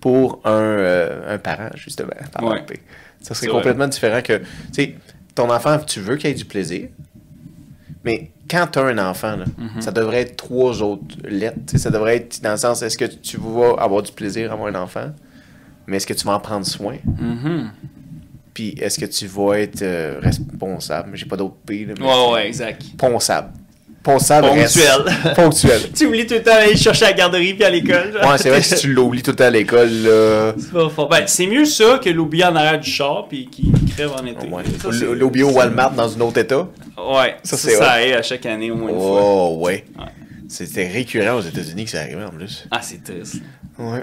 A: pour un, euh, un parent, justement. par
B: Ouais.
A: le P. Ça serait
B: C'est vrai.
A: complètement différent que, tu sais, ton enfant, tu veux qu'il ait du plaisir, mais quand t'as un enfant, là,
B: Mhm.
A: ça devrait être trois autres lettres. Tu sais, ça devrait être dans le sens, est-ce que tu vas avoir du plaisir à avoir un enfant, mais est-ce que tu vas en prendre soin?
B: Mhm.
A: Puis est-ce que tu vas être euh, responsable? J'ai pas d'autre P. Là, mais
B: Ouais,
A: c'est-
B: ouais, exact.
A: Ponsable. Ponsable reste-
B: Ponctuel.
A: Ponctuel.
B: Tu oublies tout le temps d'aller chercher à la garderie puis à l'école. genre.
A: Ouais, c'est vrai, si tu l'oublies tout le temps à l'école, là.
B: C'est pas fort. Ben, c'est mieux ça que l'oublier en arrière du char puis qui crève en été.
A: Ouais.
B: Ça, c'est-
A: L- L'oublier au Walmart dans un autre état.
B: Ouais,
A: Ça,
B: ça,
A: c'est
B: ça,
A: hot.
B: arrive à chaque année au moins une fois.
A: Oh, ouais.
B: Ouais.
A: C'était récurrent aux États-Unis que ça arrivait en plus.
B: Ah, c'est triste.
A: Ouais.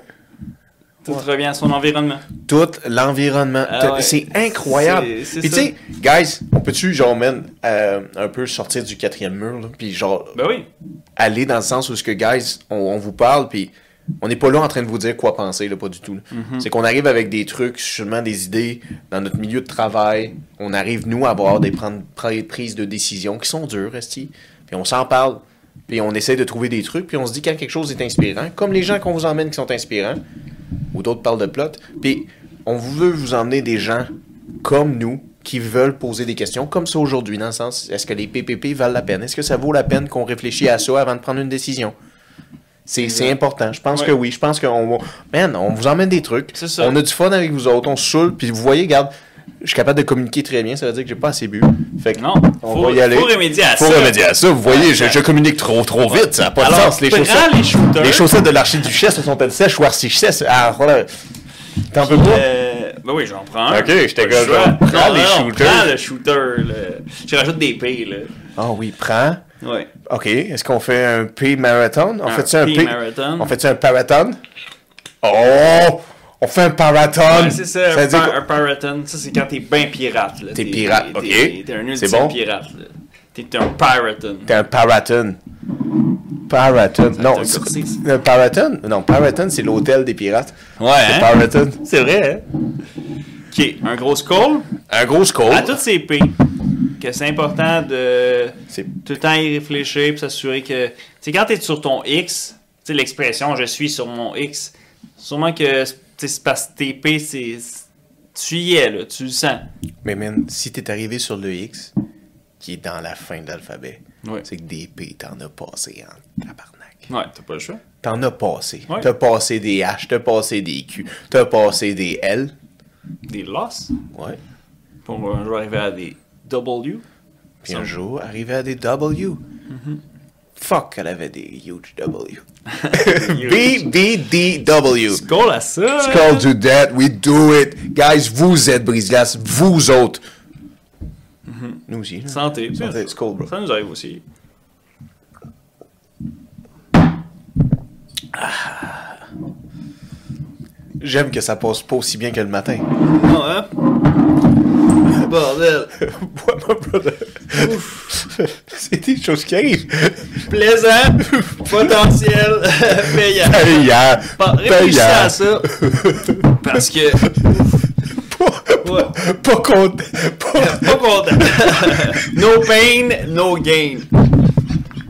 B: Tout
A: Ouais.
B: revient à son environnement.
A: Tout l'environnement.
B: Ah
A: Tout-
B: ouais.
A: C'est incroyable.
B: C'est- c'est
A: Puis tu
B: ça.
A: sais, guys, on peut-tu, genre, man, euh, un peu sortir du quatrième mur, là, puis genre,
B: Ben oui.
A: aller dans le sens où ce que guys on, on vous parle puis on n'est pas là en train de vous dire quoi penser là pas du tout là. c'est qu'on arrive avec des trucs seulement des idées dans notre milieu de travail on arrive nous à avoir des prendre- pre- prises de décision qui sont dures resti puis on s'en parle puis on essaie de trouver des trucs puis on se dit quand quelque chose est inspirant comme les gens qu'on vous emmène qui sont inspirants ou d'autres parlent de plot puis on veut vous emmener des gens comme nous qui veulent poser des questions comme ça aujourd'hui, dans le sens, est-ce que les PPP valent la peine? Est-ce que ça vaut la peine qu'on réfléchisse à ça avant de prendre une décision? C'est c'est important. Je pense
B: Ouais.
A: que oui. Je pense qu'on va- man, on vous emmène des trucs.
B: C'est ça.
A: On a du fun avec vous autres. On se saoule. Puis vous voyez, regarde, je suis capable de communiquer très bien. Ça veut dire que j'ai pas assez bu. Fait que
B: Non,
A: on
B: faut,
A: va y aller.
B: faut remédier à
A: Faut
B: ça.
A: remédier à ça. Vous voyez, je, je communique trop, trop vite. Ça n'a pas de
B: Alors,
A: sens. Les
B: prends
A: chaussettes,
B: les shooters.
A: les chaussettes de l'archiduchesse se sont-elles sèches ou archichesses? Ah, voilà. T'en peux pas?
B: Euh, ben oui, j'en prends. un.
A: Ok, j'étais
B: Pas le
A: gars,
B: choix.
A: genre, prends
B: Non,
A: les
B: non, non,
A: shooters.
B: Prends le shooter. le- Je rajoute des P, là.
A: Ah oui, prends.
B: Ouais.
A: OK, est-ce qu'on fait un P marathon? On
B: Un
A: fait un
B: P
A: P
B: marathon.
A: On fait un parathon? Oh! On fait un parathon!
B: Ouais, c'est ça,
A: Um, veut
B: un,
A: dire
B: par-
A: que-
B: un piraton. Ça, c'est quand t'es ben pirate. là.
A: T'es pirate,
B: t'es-
A: ok.
B: t'es- T'es un ultime
A: C'est bon.
B: pirate. là. T'es un piraton.
A: T'es un parathon. Parathon. Non,
B: un
A: c'est-
B: corset.
A: un parathon? Non, parathon, c'est l'hôtel des pirates.
B: Ouais, hein?
A: C'est parathon.
B: C'est vrai, hein? Oh. Ok, un gros skull.
A: Un gros score.
B: À toutes ces P, que c'est important de
A: C'est-
B: tout le temps y réfléchir puis s'assurer que. Tu sais, quand t'es sur ton X, tu sais, l'expression je suis sur mon X, sûrement que tu sais, c'est parce que tes P, c'est. Tu y es, là, tu le sens.
A: Mais man, si t'es arrivé sur le X, qui est dans la fin de l'alphabet,
B: Ouais.
A: c'est que des P, t'en as passé en tabarnak.
B: Ouais, t'as pas le choix.
A: T'en as passé.
B: Ouais.
A: T'as passé des H, t'as passé des Q, t'as passé des L.
B: Des loss
A: Ouais.
B: pour un jour arriver à des W.
A: Puis un jour, arrivé à des W.
B: Mhm.
A: Fuck, elle avait des huge W. B, B, D, W.
B: Skull à ça!
A: Call to that, we do it. Guys, vous êtes brise-glace, vous autres. Nous aussi. là.
B: Mhm. Santé.
A: Santé, Skull, bro.
B: Ça nous arrive aussi.
A: J'aime que ça passe pas aussi bien que le matin.
B: Non, hein? Bordel!
A: Bois, mon brother. C'est des choses qui arrivent.
B: Plaisant, potentiel, payant.
A: Payant.
B: Bon, réfléchissez
A: Payant.
B: à ça. Parce que. Ouais.
A: Pas content. Pas...
B: Pas content. no pain, no gain.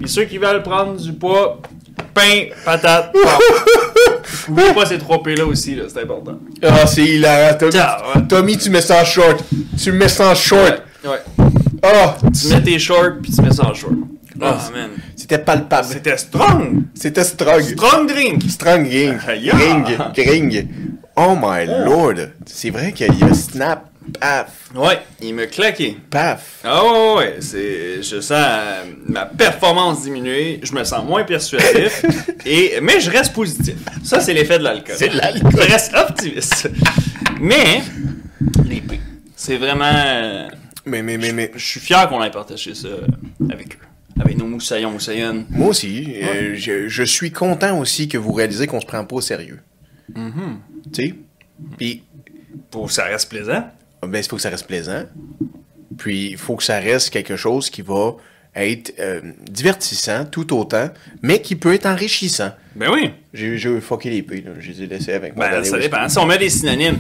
B: Et ceux qui veulent prendre du poids, pain, patate, pomme. N'oubliez pas ces trois P là aussi, là, c'est important.
A: Ah, c'est hilarant. Tommy,
B: Ah, ouais.
A: Tommy, tu mets ça en short. Tu mets ça en short.
B: Ouais. ouais.
A: Ah,
B: Tu mets tes shorts puis tu mets ça en short. Oh man.
A: c'était palpable.
B: C'était strong!
A: C'était strong.
B: Strong drink!
A: Strong ring.
B: Yeah.
A: Ring. Ring. Oh my lord. C'est vrai qu'il y a snap. Paf.
B: Ouais, il me claquait.
A: Paf.
B: Ah ouais, ouais, ouais, c'est, je sens euh, ma performance diminuer, je me sens moins persuasif, et, mais je reste positif. Ça, c'est l'effet de l'alcool.
A: C'est de l'alcool.
B: Je reste optimiste. Mais, les P, c'est vraiment... euh,
A: Mais, mais, mais, mais.
B: Je suis fier qu'on ait partagé ça avec eux, avec nos moussaillons, moussaillonnes.
A: Moi aussi, euh, je, je suis content aussi que vous réalisez qu'on se prend pas au sérieux.
B: Mm-hmm.
A: Tu sais? Puis,
B: Pour que ça reste plaisant.
A: ben, il faut que ça reste plaisant. Puis, il faut que ça reste quelque chose qui va être euh, divertissant tout autant, mais qui peut être enrichissant.
B: Ben oui.
A: J'ai j'ai fucké les pays, là. je les ai laissés avec moi.
B: Ben,
A: Regardez
B: ça
A: où-
B: dépend. Si on met des synonymes,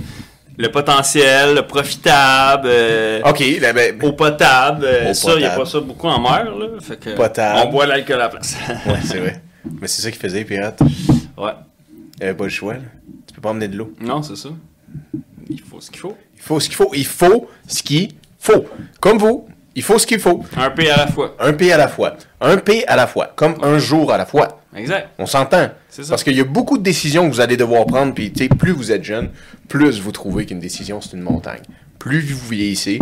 B: le potentiel, le profitable, euh,
A: Ok, là, ben,
B: Au potable, euh,
A: Au
B: ça, il n'y a
A: potable.
B: pas ça beaucoup en mer, là. Fait que
A: Potable.
B: On boit l'alcool à la place.
A: ouais, c'est vrai. Mais c'est ça qu'ils faisaient, les pirates.
B: ouais.
A: Il y avait pas le choix, là. Tu peux pas emmener de l'eau.
B: Non, c'est ça. Il faut ce qu'il faut.
A: Il faut ce qu'il faut. Il faut ce qu'il faut. Comme vous, il faut ce qu'il faut.
B: Un P à la fois.
A: Un P à la fois. Un P à la fois. Comme un jour à la fois.
B: Exact.
A: On s'entend.
B: C'est ça.
A: Parce qu'il y a beaucoup de décisions que vous allez devoir prendre. Puis, tu sais, plus vous êtes jeune, plus vous trouvez qu'une décision, c'est une montagne. Plus vous vieillissez,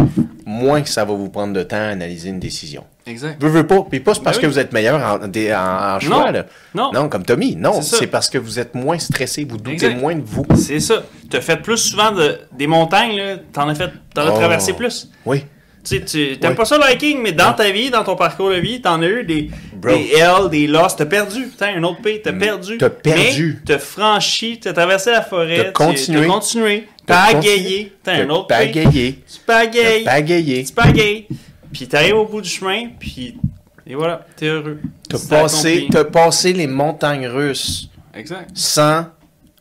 A: moins que ça va vous prendre de temps à analyser une décision.
B: Exact.
A: Veux, veux pas. Puis pas c'est parce
B: Ben
A: que
B: oui.
A: vous êtes meilleur en, des- en- en choix,
B: Non.
A: là.
B: Non.
A: comme Tommy. Non,
B: C'est ça.
A: c'est parce que vous êtes moins stressé, vous doutez
B: Exact.
A: moins de vous.
B: C'est ça. T'as fait plus souvent de, des montagnes, là. T'en as fait. T'en as
A: Oh.
B: traversé plus.
A: Oui.
B: Tu sais, tu- t'aimes
A: Ouais.
B: pas ça le hiking, mais dans ta vie, dans ton parcours de vie, t'en as eu des,
A: Bro. Mm.
B: des L, des loss, t'as perdu. Putain, un autre P, t'as perdu.
A: t'as perdu.
B: Mais T'as franchi, t'as traversé la forêt.
A: T'as
B: tu-
A: continué.
B: T'as continué.
A: T'as
B: Pagayé. T'as un
A: T'as
B: autre P.
A: Pagayé.
B: Tu
A: T'as
B: pagayes.
A: Pagayé.
B: Tu pagayes. Puis t'arrives au bout du chemin, puis. Et voilà, t'es heureux.
A: T'as
B: C'est
A: passé,
B: accompli.
A: t'as passé les montagnes russes
B: Exact.
A: sans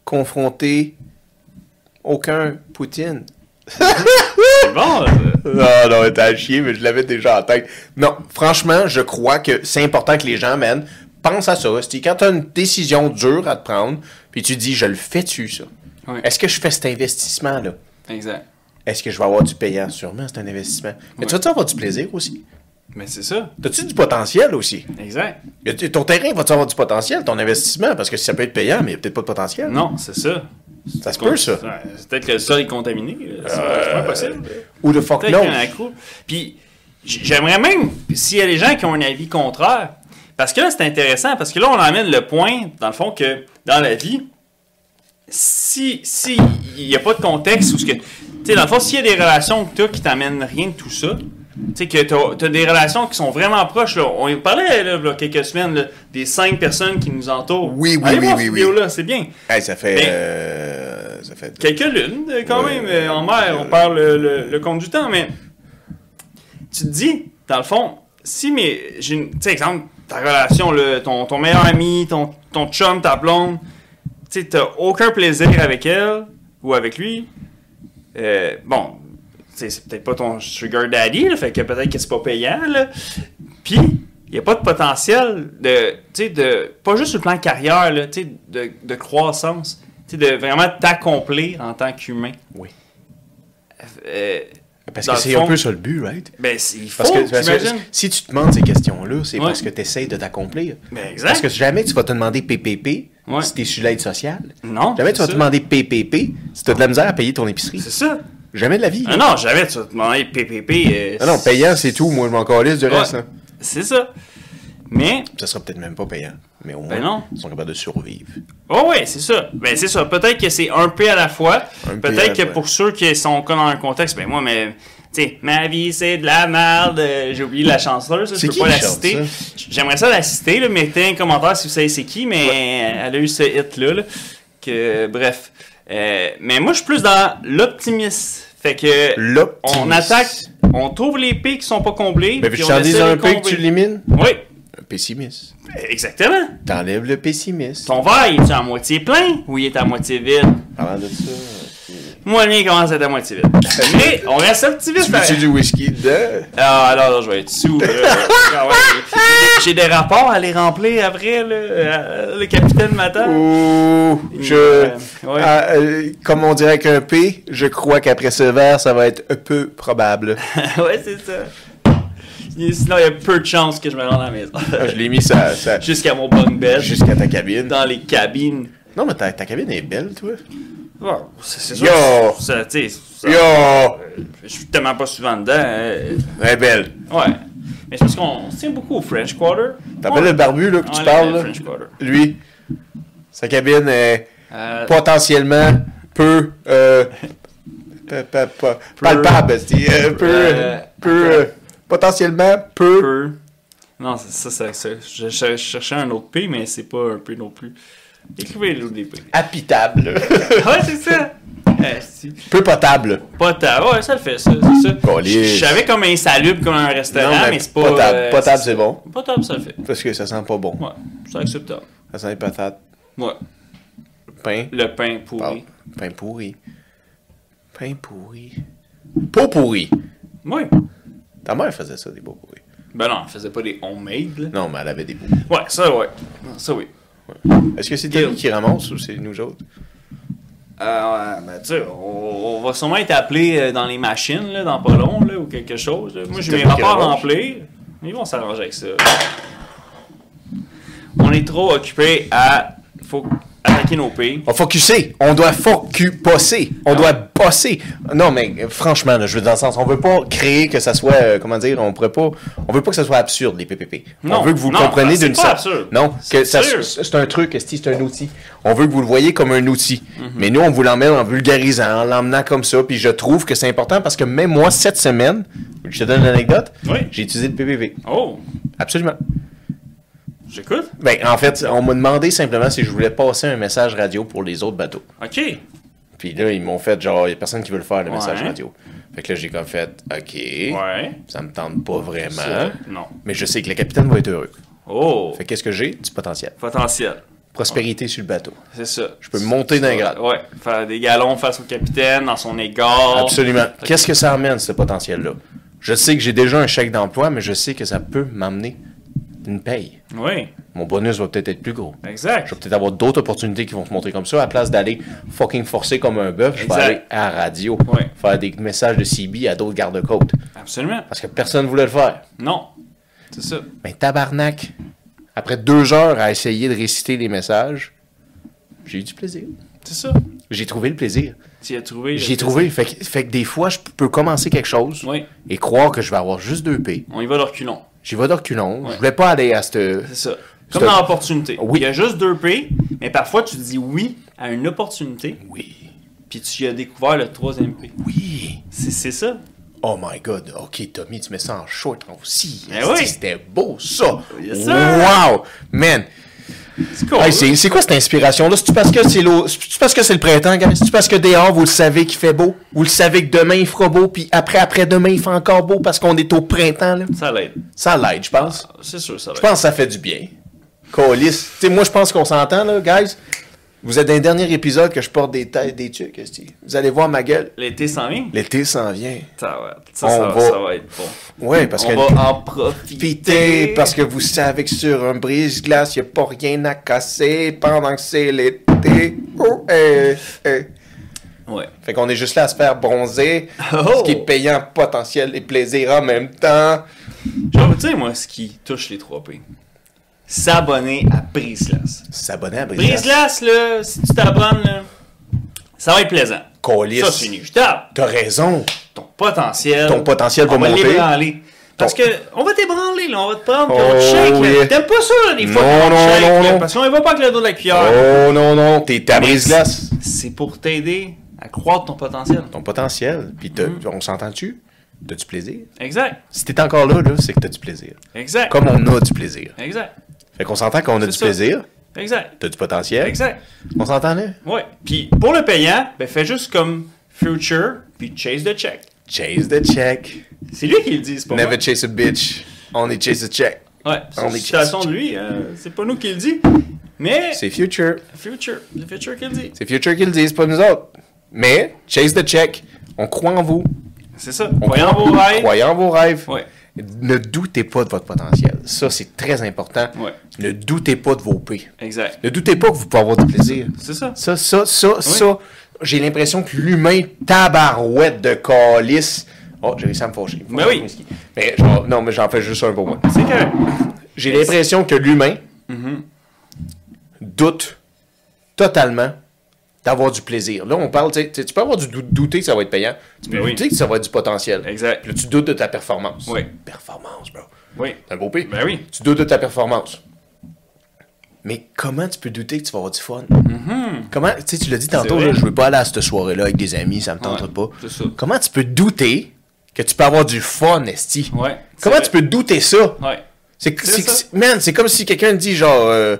A: confronter aucun Poutine.
B: C'est bon, là.
A: Ah, Non, non, t'as à chier, mais je l'avais déjà en tête. Non, franchement, je crois que c'est important que les gens, man, pensent à ça. C'est quand t'as une décision dure à te prendre, puis tu dis, je le fais-tu, ça?
B: Ouais.
A: Est-ce que je fais cet investissement-là?
B: Exact.
A: est-ce que je vais avoir du payant? Sûrement, c'est un investissement. Mais tu vas-tu avoir du plaisir aussi?
B: Mais c'est ça.
A: T'as-tu du potentiel aussi?
B: Exact.
A: Y a- Ton terrain va-tu avoir du potentiel, ton investissement? Parce que ça peut être payant, mais il n'y a peut-être pas de potentiel.
B: Non, c'est ça.
A: Ça se peut, ça.
B: Ouais, c'est Peut-être que le sol est contaminé. là. C'est c'est pas possible.
A: Ou de fuck
B: Peut-être
A: non.
B: qu'il y a un accro. Puis j- j'aimerais même, s'il y a des gens qui ont un avis contraire, parce que là, c'est intéressant, parce que là, on emmène le point, dans le fond, que dans la vie, si si il n'y a pas de contexte ou ce que. Tu sais, dans le fond, s'il y a des relations que tu qui t'amènent rien de tout ça, tu sais, que tu as, des relations qui sont vraiment proches, là. On y parlait, là, il y a quelques semaines, là, des cinq personnes qui nous entourent.
A: Oui, oui,
B: Allez
A: oui,
B: voir
A: oui,
B: cette
A: oui.
B: vidéo-là, c'est bien.
A: Hey, ça fait.
B: Ben-
A: euh, ça fait.
B: Quelques lunes, euh, quand
A: Ouais.
B: même, euh, en mer, on parle euh, le, le compte du temps, mais tu te dis, dans le fond, si mais j'ai une- tu sais, exemple, ta relation, là, ton, ton meilleur ami, ton, ton chum, ta blonde, tu sais, t'as aucun plaisir avec elle ou avec lui, euh, bon, tu sais, c'est peut-être pas ton sugar daddy, là, fait que peut-être que c'est pas payant, là, puis il n'y a pas de potentiel de, tu sais, de, pas juste sur le plan carrière, là, tu sais, de, de croissance, tu sais, de vraiment t'accomplir en tant qu'humain.
A: Oui.
B: Euh,
A: Parce
B: dans
A: que
B: le
A: c'est
B: fond-
A: un peu ça le but, right?
B: ben, c'est- il faut,
A: Parce que, parce que
B: j'imagine.
A: si tu te demandes ces questions-là, c'est
B: Ouais.
A: parce que tu essaies de t'accomplir.
B: Ben, exact.
A: Parce que jamais tu vas te demander PPP
B: Ouais.
A: si tu es sur l'aide sociale.
B: Non,
A: Jamais tu
B: c'est
A: vas te
B: ça.
A: demander PPP si tu as de la misère à payer ton épicerie.
B: C'est ça.
A: Jamais de la vie.
B: Ah non, j'avais, tu vas te demander PPP. euh,
A: Ah non, payant, c'est tout. Moi, je m'en calisse du
B: Ouais,
A: reste. hein. là.
B: C'est ça. Mais,
A: Ça sera peut-être même pas payant. Mais au moins,
B: Ben non.
A: ils sont capables de survivre.
B: oh ouais, c'est ça. Ben, c'est ça. Peut-être que c'est un peu à la fois.
A: Un peu à la
B: Peut-être que
A: fois.
B: pour ceux qui sont comme dans un contexte, ben moi, mais. Tu sais, ma vie, c'est de la merde. euh, J'ai oublié la chanceleur, ça,
A: C'est
B: je peux
A: qui
B: pas la
A: qui chante
B: citer. J'aimerais ça la citer, là, mettez un commentaire si vous savez c'est qui, mais euh, elle a eu ce hit-là. là, que, bref. Euh, mais moi, je suis plus dans l'optimisme. Fait que.
A: L'optimisme.
B: On attaque, on trouve les P qui sont pas comblés.
A: Mais
B: puis
A: puis
B: on
A: tu en
B: essaie
A: dis
B: de
A: un peu
B: combler.
A: Ben, que tu l'élimines.
B: Oui,
A: Un pessimiste.
B: exactement.
A: T'enlèves le pessimiste.
B: Ton verre, il est à moitié plein ou il est à moitié vide?
A: Parlant de ça.
B: Moi, le mien commence à être à moitié vide. Mais on reste optimiste.
A: Tu veux-tu du whisky dedans?
B: Ah, alors, je vais être sous. là. Ah ouais, j'ai- J'ai des rapports à les remplir après, là, euh, le capitaine m'attend.
A: Ouh, je.
B: Euh, ouais.
A: Ah, euh, comme on dirait qu'un P, je crois qu'après ce verre, ça va être un peu probable.
B: ouais, c'est ça. Sinon, il y a peu de chances que je me rende à la maison.
A: Ah, je l'ai mis ça, ça-
B: Jusqu'à mon bunk bed,
A: jusqu'à ta cabine.
B: dans les cabines.
A: Non, mais ta, ta cabine est belle, toi.
B: Bon, c'est c'est
A: Yo!
B: sûr. que Ça, tu sais, ça-
A: Oh, Yo!
B: Je suis tellement pas souvent dedans. euh,
A: Elle est belle.
B: ouais. Mais c'est parce qu'on se tient beaucoup au French Quarter.
A: T'appelles le barbu, là, que tu
B: Ouais,
A: parles,
B: le
A: là?
B: French Quarter.
A: Lui, sa cabine est
B: Euh,
A: potentiellement peu. euh, pa- pa- pa- palpable, c'est euh, peu.
B: Euh,
A: peu euh, potentiellement peu.
B: peu. Non, c'est ça, ça, ça. Je, je- je cherchais un autre P, mais c'est pas un P non plus. Écrivez le des P.
A: Habitable.
B: Ah ouais, c'est ça. Euh, si.
A: peu potable.
B: Pas tant. Ouais, ça le fait, ça. C'est ça.
A: Bon, les-
B: Je savais comme insalubre comme un restaurant, mais, c'est pas.
A: potable,
B: euh,
A: potable, c'est bon.
B: Pas table, ça le fait.
A: Parce que ça sent pas bon.
B: Ouais, c'est acceptable.
A: Ça sent les patates.
B: Ouais.
A: Pain.
B: Le pain pourri.
A: Pardon. Pain pourri. Pain pourri. Pot pourri.
B: Oui.
A: Ta mère faisait ça, des beaux pourris.
B: Ben non, on faisait pas des homemade, là.
A: Non, mais elle avait des beaux.
B: Ouais, ça, ouais. Ça, oui.
A: Est-ce que c'est Tommy qui ramasse ou c'est nous autres?
B: Euh, ben, tu sais, on, on va sûrement être appelé euh, dans les machines, là, dans pas long, là, ou quelque chose. là. Moi, j'ai
A: C'est
B: mes
A: toi qui
B: rapports
A: revanche.
B: remplis. Ils vont s'arranger avec ça. On est trop occupé à. Faut attaquer nos pays.
A: On focusé. Ah, On doit focuser. On
B: Ah.
A: doit bosser. Non, mais euh, franchement, là, je veux dans le sens, on veut pas créer que ça soit, euh, comment dire, on pourrait pas, on veut pas que ça soit absurde, les PPP. on
B: Non,
A: veut que vous
B: non,
A: le compreniez
B: ben, c'est
A: d'une
B: pas
A: sorte.
B: absurde.
A: Non, que
B: C'est
A: ça,
B: sûr.
A: c'est un truc, esti, c'est un outil. On veut que vous le voyez comme un outil.
B: Mhm.
A: Mais nous, on vous l'emmène en vulgarisant, en l'emmenant comme ça. Puis je trouve que c'est important parce que même moi, cette semaine, je te donne une anecdote,
B: Oui.
A: j'ai utilisé le PPP.
B: Oh,
A: Absolument.
B: j'écoute.
A: Ben, en fait, on m'a demandé simplement si je voulais passer un message radio pour les autres bateaux.
B: Ok.
A: Puis là, ils m'ont fait genre, il a personne qui veut le faire, le
B: Ouais.
A: message radio. Fait que là, j'ai comme fait, OK,
B: Ouais.
A: ça me tente pas vraiment,
B: C'est- Non.
A: mais je sais que le capitaine va être heureux.
B: Oh,
A: Fait que qu'est-ce que j'ai? Du potentiel.
B: potentiel.
A: Prospérité sur le bateau.
B: C'est ça.
A: Je peux monter d'un grade.
B: Ouais, faire des galons face au capitaine, dans son égard.
A: Absolument. Qu'est-ce que ça amène, ce potentiel-là? Je sais que j'ai déjà un chèque d'emploi, mais je sais que ça peut m'amener une paye.
B: Oui.
A: mon bonus va peut-être être plus gros.
B: Exact.
A: Je vais peut-être avoir d'autres opportunités qui vont se montrer comme ça. À place d'aller fucking forcer comme un bœuf, je vais
B: Exact.
A: aller à la radio
B: Ouais.
A: faire des messages de CB à d'autres gardes-côtes.
B: Absolument.
A: Parce que personne ne voulait le faire.
B: Non. C'est ça.
A: Mais Ben, tabarnak, après deux heures à essayer de réciter les messages, j'ai eu du plaisir.
B: C'est ça.
A: J'ai trouvé le plaisir.
B: Tu y as trouvé.
A: J'ai trouvé. Fait que, fait que des fois, je peux commencer quelque chose
B: Oui.
A: et croire que je vais avoir juste deux P.
B: On y va leur culon.
A: J'y vais d'orculon.
B: Ouais.
A: Je voulais pas aller à cette.
B: C'est ça.
A: C'est
B: Comme
A: un-
B: dans l'opportunité.
A: Oui.
B: Il y a juste deux P, mais parfois tu dis oui à une opportunité,
A: Oui.
B: puis tu y as découvert le troisième P.
A: Oui.
B: C'est c'est ça.
A: Oh my god. Ok, Tommy, tu mets ça en short aussi.
B: Eh
A: Esti,
B: oui.
A: C'était beau, ça.
B: Yes, sir.
A: wow. Man.
B: C'est cool.
A: Hey, c'est c'est quoi cette inspiration-là? C'est-tu parce que c'est l'eau- c'est-tu parce que c'est le printemps, gars? C'est-tu parce que dehors, vous le savez qu'il fait beau? Vous le savez que demain, il fera beau, puis après, après-demain, il fait encore beau parce qu'on est au printemps, là?
B: Ça l'aide.
A: Ça l'aide, je pense.
B: C'est sûr, ça
A: Je
B: l'aide.
A: pense que ça fait du bien. Colis. Tu sais, moi, je pense qu'on s'entend, là, guys. Vous êtes dans le dernier épisode que je porte des têtes, des trucs, esti. Vous allez voir ma gueule.
B: L'été s'en vient.
A: L'été s'en vient.
B: Ça, va- ça,
A: On
B: ça,
A: va-
B: ça va être bon.
A: Ouais, parce
B: On
A: que.
B: va en profiter.
A: Profitez, parce que vous savez que sur un brise-glace, il a pas rien à casser pendant que c'est l'été. Oh, eh, eh.
B: Ouais.
A: Fait qu'on est juste là à se faire bronzer,
B: Oh!
A: ce qui est payant potentiel et plaisir en même temps.
B: Genre, tu sais, moi, ce qui touche les trois P, s'abonner à Brise-Glace.
A: S'abonner à brise-glace.
B: Brise-Glace, là, si tu t'abonnes, là, ça va être plaisant.
A: Colis.
B: Ça, c'est inévitable.
A: T'as raison.
B: Ton potentiel.
A: Ton potentiel va
B: on va
A: monter.
B: l'ébranler. Parce
A: Ton-
B: que on va t'ébranler, là, on va te prendre, puis
A: Oh,
B: on va te shake, là.
A: yeah.
B: T'aimes pas ça, là, des fois,
A: Non,
B: qu'on te
A: non,
B: shake,
A: non,
B: là,
A: non.
B: Parce qu'on y va pas avec le dos de la cuillère.
A: Oh non, non, t'es à brise-glace.
B: C'est pour t'aider à croire ton potentiel.
A: ton potentiel, puis t'as-
B: Mm-hmm.
A: on s'entend-tu? T'as du plaisir?
B: Exact,
A: Si t'es encore là, là c'est que t'as du plaisir.
B: exact,
A: Comme on a du plaisir.
B: exact,
A: Fait qu'on s'entend qu'on a
B: C'est
A: du
B: ça.
A: plaisir,
B: exact,
A: t'as du potentiel.
B: exact.
A: On s'entend là?
B: Ouais. Puis pour le payant, ben fais juste comme Future, puis Chase the Check.
A: Chase the check.
B: C'est lui qui le dit, c'est pas moi.
A: Never chase a bitch. Only chase a check.
B: Ouais, c'est
A: On
B: une
A: est
B: citation de lui, euh, c'est pas nous qui le dit, mais
A: C'est future.
B: Future, le Future qui le dit.
A: C'est future qui le dit, c'est pas nous autres. Mais, chase the check. On croit en vous.
B: C'est ça,
A: On
B: voyons
A: croit-
B: vos rêves.
A: Croyez en vos rêves.
B: Ouais.
A: Ne doutez pas de votre potentiel. Ça, c'est très important.
B: Ouais.
A: Ne doutez pas de vos pés.
B: Exact,
A: Ne doutez pas que vous pouvez avoir du plaisir.
B: c'est ça.
A: Ça, ça, ça, ça, j'ai l'impression que l'humain tabarouette de calice. Oh, j'ai réussi à me fâcher.
B: Ben oui.
A: Mais genre, non, mais j'en fais juste un pour moi.
B: C'est correct.
A: J'ai l'impression que l'humain doute totalement d'avoir du plaisir. Là, on parle, tu sais, tu sais, tu peux avoir du dou- douter que ça va être payant. Tu peux
B: Ben oui.
A: douter que ça va être du potentiel.
B: Exact.
A: Puis là, tu doutes de ta performance.
B: Oui.
A: Performance, bro.
B: Oui.
A: C'est un beau pays.
B: Ben oui.
A: Tu doutes de ta performance. Mais comment tu peux douter que tu vas avoir du fun? Comment, tu sais, tu l'as dit tantôt,
B: Mm-hmm. vrai.
A: là, je veux pas aller à cette soirée-là avec des amis, ça me tente
B: Ouais,
A: pas.
B: c'est ça.
A: Comment tu peux douter que tu peux avoir du fun, Esti?
B: Ouais, c'est
A: Comment
B: vrai.
A: tu peux douter ça?
B: Ouais.
A: C'est,
B: C'est
A: c'est-
B: ça.
A: c'est- man, c'est comme si quelqu'un dit genre, euh,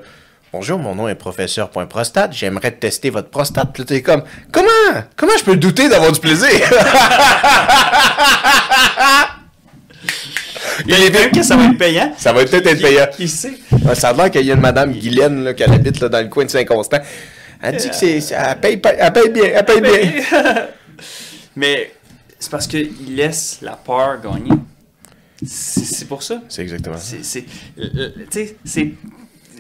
A: bonjour, mon nom est professeur.prostate, j'aimerais tester votre prostate. Puis là, t'es comme, comment? Comment je peux douter d'avoir du plaisir? Il est
B: Même que ça va être payant.
A: Ça va peut-être être
B: Qui-
A: payant.
B: Qui sait?
A: Ouais, Ça a l'air qu'il y a une madame Guylaine là, qui elle habite là, dans le coin de Saint-Constant. Elle dit que c'est. c'est- Elle paye, pas- elle paye bien, elle paye Eh bien.
B: Mais c'est parce qu'il laisse la peur gagner. C'est c'est pour ça.
A: C'est exactement ça.
B: C'est- C'est euh, euh, tu sais, c'est-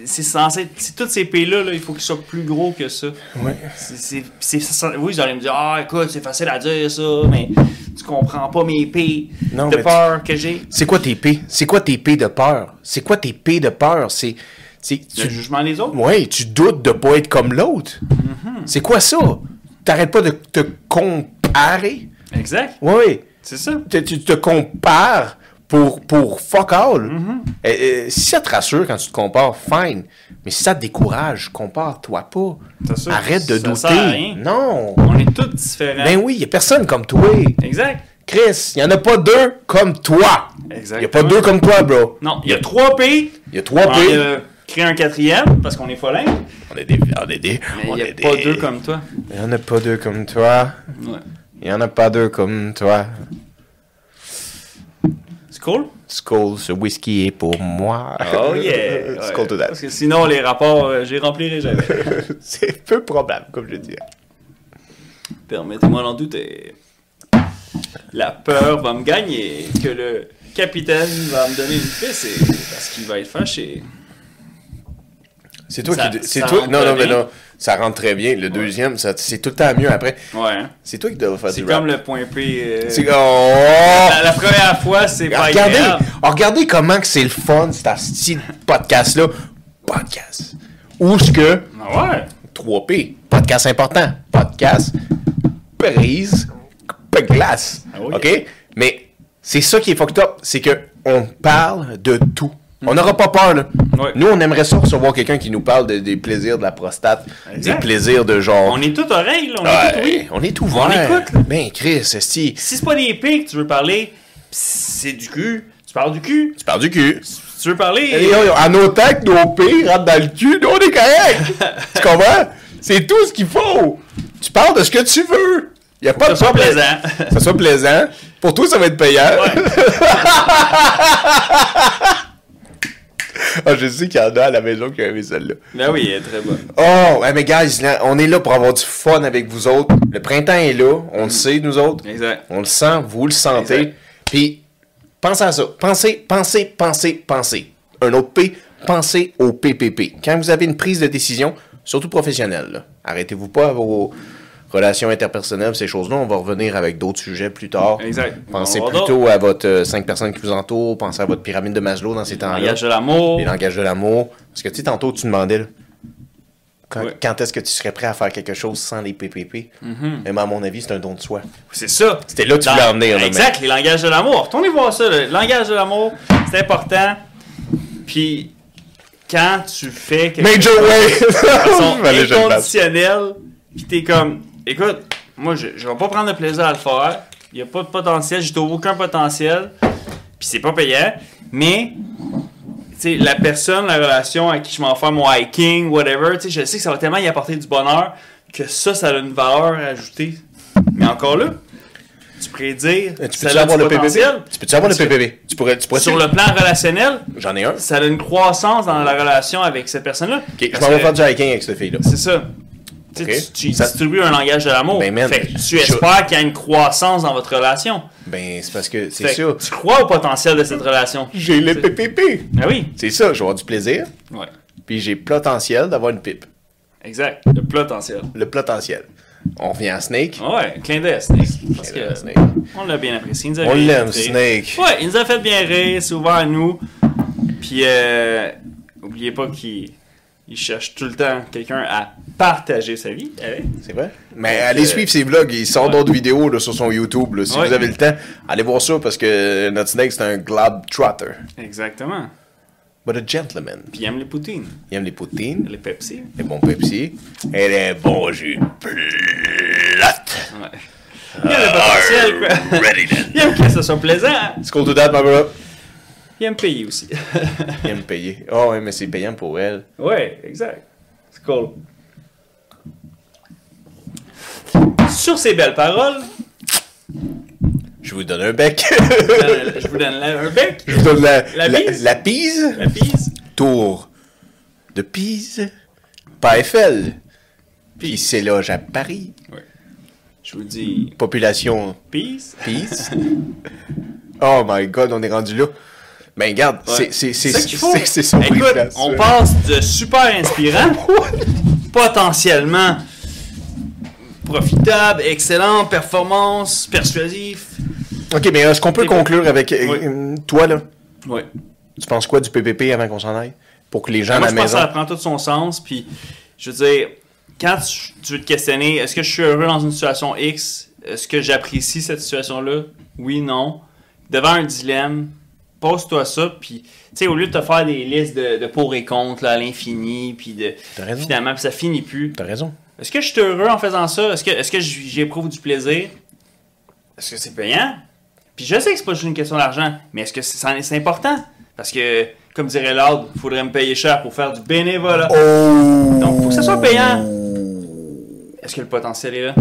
B: c'est censé être- c'est tous ces pays-là, là, il faut qu'ils soient plus gros que ça.
A: Ouais.
B: C'est- c'est- c'est- ça- oui, vous allez me dire, ah, écoute, c'est facile à dire ça, mais tu comprends pas mes pays
A: Non,
B: de
A: mais
B: peur que j'ai.
A: C'est quoi tes P? C'est quoi tes P de peur? C'est quoi tes P de peur? C'est. c'est-
B: Le
A: Tu,
B: jugement des autres.
A: ouais, tu doutes de pas être comme l'autre. C'est quoi ça? T'arrêtes pas de te comparer?
B: Exact.
A: Ouais, ouais.
B: C'est ça.
A: Te- Tu te compares pour, pour fuck all.
B: Mm-hmm.
A: Euh, euh, si ça te rassure quand tu te compares, fine. Mais si ça te décourage, compare-toi pas.
B: C'est sûr.
A: Arrête de
B: Ça
A: douter.
B: sert à rien.
A: Non.
B: On est tous différents.
A: Ben oui, il n'y a personne comme toi.
B: Exact.
A: Chris, il n'y en a pas deux comme toi. Il
B: Exactement.
A: n'y a pas deux comme toi, bro.
B: Non, euh, il y a trois pays.
A: Il y a trois
B: On
A: P.
B: en a créé un quatrième parce qu'on est folin.
A: On est des. On est des.
B: Mais il
A: on
B: n'y a
A: est
B: pas
A: des-
B: deux comme toi.
A: Il n'y en a pas deux comme toi.
B: Ouais.
A: Il n'y en a pas deux comme toi.
B: C'est cool.
A: Skull, ce whisky est pour moi.
B: Oh,
A: Skull to that.
B: Parce que sinon, les rapports, euh, j'ai rempli jamais.
A: C'est peu probable, comme je dis.
B: Permettez-moi d'en douter. La peur va me gagner. Que le capitaine va me donner une fessée parce qu'il va être fâché.
A: C'est toi
B: Ça-
A: qui. C'est
B: ça
A: toi.
B: rentre
A: Non, non, mais
B: bien.
A: non. Ça rentre très bien. Le deuxième, ça- c'est tout le temps mieux après.
B: Ouais. hein.
A: C'est toi qui dois faire
B: C'est
A: du rap.
B: comme le point P. euh,
A: C'est oh!
B: la, la première fois, c'est pas
A: regardez,
B: agréable.
A: ah, regardez comment que c'est le fun, cet style podcast-là. Podcast. Où ce que
B: Ah ouais.
A: 3P, podcast important, podcast, prise, p- glace.
B: Ah oui.
A: OK? Mais c'est ça qui est fucked up, c'est que on parle de tout. On n'aura pas peur, là.
B: Ouais.
A: Nous, on aimerait ça recevoir quelqu'un qui nous parle de- des plaisirs de la prostate,
B: Exact.
A: des plaisirs de genre.
B: On est tout oreille, là. On est tout
A: Ouais,
B: oui.
A: on est ouvert.
B: On écoute, là.
A: Ben, Chris, esti,
B: Si c'est pas des pics que tu veux parler, pis c'est du cul. Tu parles du cul.
A: tu parles du cul.
B: Si tu veux parler.
A: Et yo, yo, à nos têtes, nos pires rentrent dans le cul, nous on est correct. tu comprends? C'est tout ce qu'il faut. Tu parles de ce que tu veux. Il a pas
B: ça
A: de
B: soit
A: problème.
B: plaisant.
A: Ça soit plaisant. Pour toi, ça va être payant. Ah, je sais qu'il y en a à la maison qui a aimé celle-là.
B: Ben oui, elle est très bonne.
A: Oh, ouais, mais guys, là, on est là pour avoir du fun avec vous autres. Le printemps est là, on le sait, nous autres.
B: Mm. Exact.
A: On le sent, vous le sentez.
B: Exact.
A: Puis, pensez à ça. Pensez, pensez, pensez, pensez. Un autre P, pensez au PPP. Quand vous avez une prise de décision, surtout professionnelle, là, arrêtez-vous pas à vos relations interpersonnelles, ces choses-là. On va revenir avec d'autres sujets plus tard.
B: Exact.
A: Pensez
B: On va
A: plutôt à votre euh, cinq personnes qui vous entourent. Pensez à votre pyramide de Maslow dans
B: Ah,
A: ces temps-là.
B: Engage de l'amour.
A: Les langages de l'amour. Parce que, tu sais, tantôt, tu demandais, là, quand,
B: Ouais.
A: quand est-ce que tu serais prêt à faire quelque chose sans les PPP?
B: Mm-hmm.
A: Même à mon avis, c'est un don de soi.
B: C'est ça.
A: C'était là que tu voulais en venir, là, mais-
B: Exact, les langages de l'amour. Retournez voir ça. Le langage de l'amour, c'est important. Puis, quand tu fais quelque
A: Major
B: de façon
A: Way! Allez, je le passe.
B: inconditionnelle, puis t'es comme, écoute, moi, je, je vais pas prendre le plaisir à le faire. Il y a pas de potentiel, j'ai aucun potentiel. Puis c'est pas payant. Mais, tu sais, la personne, la relation à qui je m'en fais mon hiking, whatever, tu sais, je sais que ça va tellement y apporter du bonheur que ça, ça a une valeur ajoutée. Mais encore là, tu prédire,
A: Tu
B: ça
A: peux-tu
B: a
A: avoir
B: du
A: le PPP?
B: potentiel.
A: Tu peux-tu avoir le PPP? Tu pourrais, tu pourrais
B: Sur le Ah, plan relationnel,
A: J'en ai un. Ok,
B: ça a une croissance dans la relation avec cette personne-là.
A: je
B: Parce
A: m'en vais
B: que-
A: faire du hiking avec cette fille-là.
B: c'est ça. Tu sais,
A: Ok.
B: Tu, tu
A: Ça-
B: distribues un langage de l'amour.
A: Ben, man,
B: fait que
A: je-
B: tu espères qu'il y a une croissance dans votre relation.
A: Ben, c'est parce que c'est
B: Fait
A: ça.
B: que tu crois au potentiel de cette relation.
A: J'ai le
B: C'est-
A: PPP!
B: Ah oui.
A: C'est ça, je vais avoir du plaisir,
B: Ouais.
A: puis j'ai potentiel d'avoir une pipe.
B: Exact. Le potentiel.
A: Le potentiel. On revient à Snake.
B: Ouais, clin d'œil à Snake. Parce
A: d'œil à
B: que
A: Snake.
B: On l'a bien apprécié. Il nous a
A: On
B: bien
A: l'aime,
B: fait rire.
A: Snake.
B: Ouais, il nous a fait bien rire, c'est ouvert à nous. Puis, euh, oubliez pas qu'il il cherche tout le temps quelqu'un à partager sa vie avec.
A: C'est vrai? Mais allez suivre ses vlogs, il sort d'autres vidéos là, sur son YouTube. là. Si
B: euh, Ouais.
A: vous avez le temps, allez voir ça parce que notre Snake, c'est un globetrotter.
B: Exactement.
A: But a gentleman.
B: Puis, il aime les poutines,
A: Il aime les poutines,
B: les Pepsi.
A: les bons Pepsi et les bons jus plates. Ah,
B: Ouais. Il y a le potentiel, quoi.
A: Ready then.
B: Il aime que ça soit plaisant. hein.
A: Let's go to that, my bro.
B: Il aime payer aussi.
A: Il aime payer. Oh, ouais, mais c'est payant pour elle.
B: ouais, exact. C'est cool. Sur ces belles paroles,
A: Je vous donne un bec.
B: euh, je vous donne la- un bec,
A: Je vous donne la,
B: La bise.
A: la pise.
B: la pise.
A: Tour de Pise. Pas Eiffel. Puis c'est loge à Paris.
B: Je vous dis
A: Population
B: peace.
A: Pise. oh my god, on est rendu là. Ben, regarde, c'est- c'est
B: C'est ça qu'il faut.
A: c'est- c'est son
B: Écoute,
A: podcast,
B: on
A: ça. euh.
B: passe de super inspirant, potentiellement profitable, excellent, performance, persuasif.
A: Ok, mais est-ce qu'on peut
B: C'est bon.
A: conclure avec euh,
B: Oui.
A: euh, toi, là?
B: Ouais.
A: Tu penses quoi du PPP avant qu'on s'en aille? Pour que les gens
B: Ah,
A: à
B: Moi, je
A: la
B: pense que
A: maison...
B: ça prend tout son sens. Puis, je veux dire, quand tu, tu veux te questionner, est-ce que je suis heureux dans une situation X Est-ce que j'apprécie cette situation-là Oui, non. Devant un dilemme, pose-toi ça. Puis, tu sais, au lieu de te faire des listes de, de pour et contre là, à l'infini, puis de.
A: T'as raison.
B: Finalement, puis ça finit plus.
A: T'as raison.
B: Est-ce que je suis heureux en faisant ça? Est-ce que, est-ce que j- j'éprouve du plaisir? Est-ce que c'est payant? Puis je sais que c'est pas juste une question d'argent, mais est-ce que c'est, c'en est- c'est important? Parce que, comme dirait Lord, il faudrait me payer cher pour faire du bénévolat.
A: Oh!
B: Donc, faut que ça soit payant. Est-ce que le potentiel est là?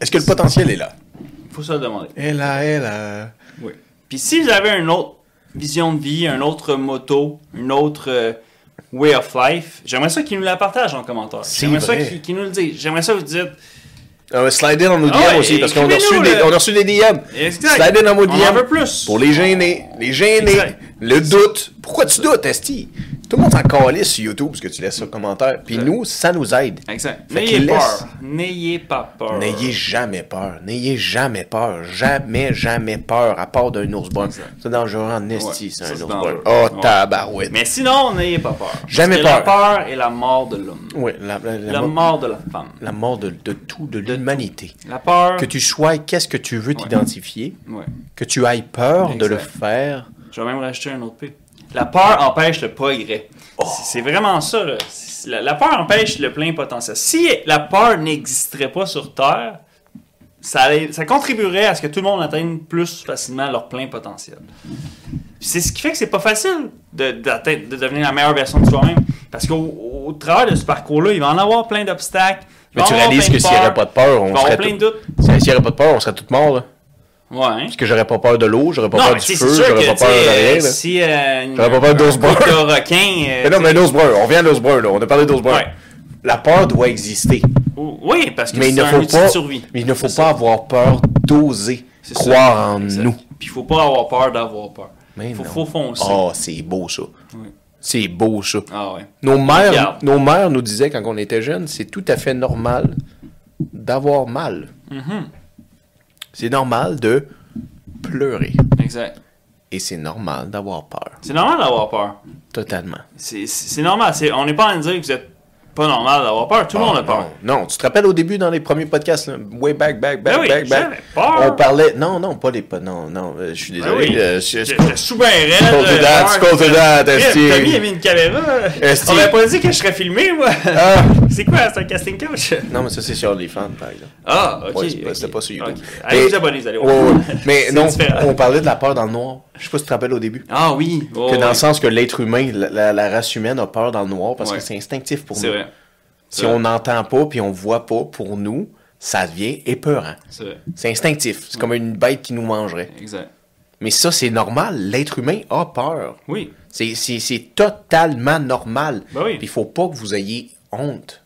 A: Est-ce que le potentiel est là?
B: faut se le demander.
A: Elle là, elle là.
B: Oui. Puis si vous avez une autre vision de vie, un autre motto, une autre euh, way of life, j'aimerais ça qu'ils nous la partagent en commentaire.
A: C'est
B: J'aimerais ça
A: vrai.
B: qu'ils, qu'ils nous le disent. J'aimerais ça que vous dites.
A: On va slider dans nos DM
B: Ah ouais,
A: aussi, parce qu'on a, reçu
B: écrivez-nous,
A: des-
B: là.
A: on a reçu des DM.
B: Exact.
A: Slidez dans nos
B: On en
A: DM.
B: veut plus.
A: Pour les gênés, les gênés,
B: Exact.
A: le doute. Pourquoi tu doutes, Esti? Tout le monde s'en calisse sur YouTube parce que tu laisses ça commentaire. Puis nous, ça nous aide.
B: Exact.
A: Fait
B: N'ayez
A: qu'il
B: peur.
A: laisse-
B: N'ayez pas peur.
A: N'ayez jamais peur. N'ayez jamais peur. Jamais, jamais peur, à part d'un ours brun.
B: Exact.
A: C'est dangereux en esti,
B: Ouais,
A: c'est
B: ça,
A: un
B: c'est
A: ours brun.
B: dangereux.
A: Oh,
B: Ouais.
A: tabarouette.
B: Mais sinon, n'ayez pas peur. Parce
A: Jamais
B: que La
A: peur.
B: peur est la mort de l'homme.
A: Oui, la, la- la
B: La
A: mo-
B: mort de la femme.
A: la mort de, de tout, de l'humanité.
B: La peur.
A: Que tu sois, qu'est-ce que tu veux t'identifier,
B: Ouais.
A: que tu ailles peur de le
B: Exact.
A: faire.
B: Je vais même racheter un autre P. La peur empêche le progrès.
A: Oh.
B: C'est- C'est vraiment ça. là. C'est- La, la peur empêche le plein potentiel. Si la peur n'existerait pas sur Terre, ça, allait- ça contribuerait à ce que tout le monde atteigne plus facilement leur plein potentiel. C'est ce qui fait que c'est pas facile de, d'atteindre- de devenir la meilleure version de soi-même. Parce qu'au au- au travers de ce parcours-là, il va en avoir plein d'obstacles. il
A: Mais
B: va
A: tu
B: en avoir
A: réalises
B: plein
A: que s'il n'y avait pas de peur,
B: il
A: on
B: va avoir
A: serait.
B: plein de
A: tout-
B: doutes.
A: S'il n'y avait pas de peur, on serait tous morts. là.
B: Ouais. hein.
A: Parce que j'aurais pas peur de l'eau, j'aurais pas
B: Non,
A: peur
B: mais
A: du
B: c'est
A: feu,
B: sûr
A: j'aurais
B: que
A: pas
B: tu
A: peur de
B: sais,
A: rien.
B: euh,
A: là.
B: si euh,
A: J'aurais pas peur
B: un
A: d'ours
B: couple
A: brun.
B: de requin. euh,
A: Mais non, mais l'ours brun, on vient à l'ours brun, là. On a parlé d'ours brun.
B: Ouais.
A: La peur doit exister.
B: Ou- Oui, parce que
A: Mais il
B: c'est
A: ne
B: un
A: faut
B: outil
A: pas,
B: de survie.
A: mais il ne faut
B: C'est
A: pas avoir peur d'oser
B: C'est ça.
A: croire en
B: ça.
A: nous.
B: Puis il faut pas avoir peur d'avoir peur.
A: Mais
B: Il faut,
A: non.
B: faut foncer.
A: Oh, c'est beau ça.
B: Oui.
A: C'est beau ça.
B: Ah ouais.
A: Nos mères,
B: Regarde.
A: nos mères nous disaient quand on était jeunes, c'est tout à fait normal d'avoir mal.
B: Mm-hmm.
A: C'est normal de pleurer.
B: Exact.
A: Et c'est normal d'avoir peur.
B: C'est normal d'avoir peur.
A: Totalement.
B: C'est- C'est c'est normal. C'est- on n'est pas en train de dire que vous êtes pas normal d'avoir peur. Tout le monde a peur.
A: Ah, Non, non, tu te rappelles au début dans les premiers podcasts, là, way back, back, back,
B: Ben oui,
A: back,
B: j'avais
A: back.
B: peur.
A: On parlait. Non, non, pas les. po- Non, non, euh, je suis
B: Ah
A: désolé.
B: oui.
A: euh,
B: Je-
A: je-
B: je- je suis bien raide.
A: Compte
B: là,
A: dedans,
B: peur.
A: tu comptes dedans,
B: Hey,
A: t'as
B: Tommy avait une caméra.
A: Esti.
B: On m'avait pas dit que je serais filmé, moi.
A: Ah.
B: C'est quoi, c'est un casting couch?
A: Non, mais ça, c'est sur les fans, par exemple.
B: Ah, ok.
A: Ouais, c'est pas-
B: ok. Ah,
A: c'était pas sur YouTube.
B: Ok. Allez
A: Mais-
B: vous abonner, vous allez
A: Ouais,
B: voir.
A: ouais. Mais
B: C'est
A: non,
B: différent.
A: on parlait de la peur dans le noir. Je sais pas si tu te rappelles au début.
B: Ah oui. Oh,
A: que dans
B: ouais.
A: le sens que l'être humain, la, la- la race humaine a peur dans le noir parce
B: Ouais.
A: que c'est instinctif pour
B: C'est
A: nous.
B: vrai.
A: Si on n'entend pas puis on voit pas, pour nous, ça devient épeurant.
B: C'est vrai.
A: C'est instinctif. C'est comme une bête qui nous mangerait.
B: Exact.
A: Mais ça, c'est normal. L'être humain a peur.
B: Oui.
A: C'est- C'est c'est totalement normal.
B: Ben oui. Mm-hmm.
A: Puis il faut pas que vous ayez honte.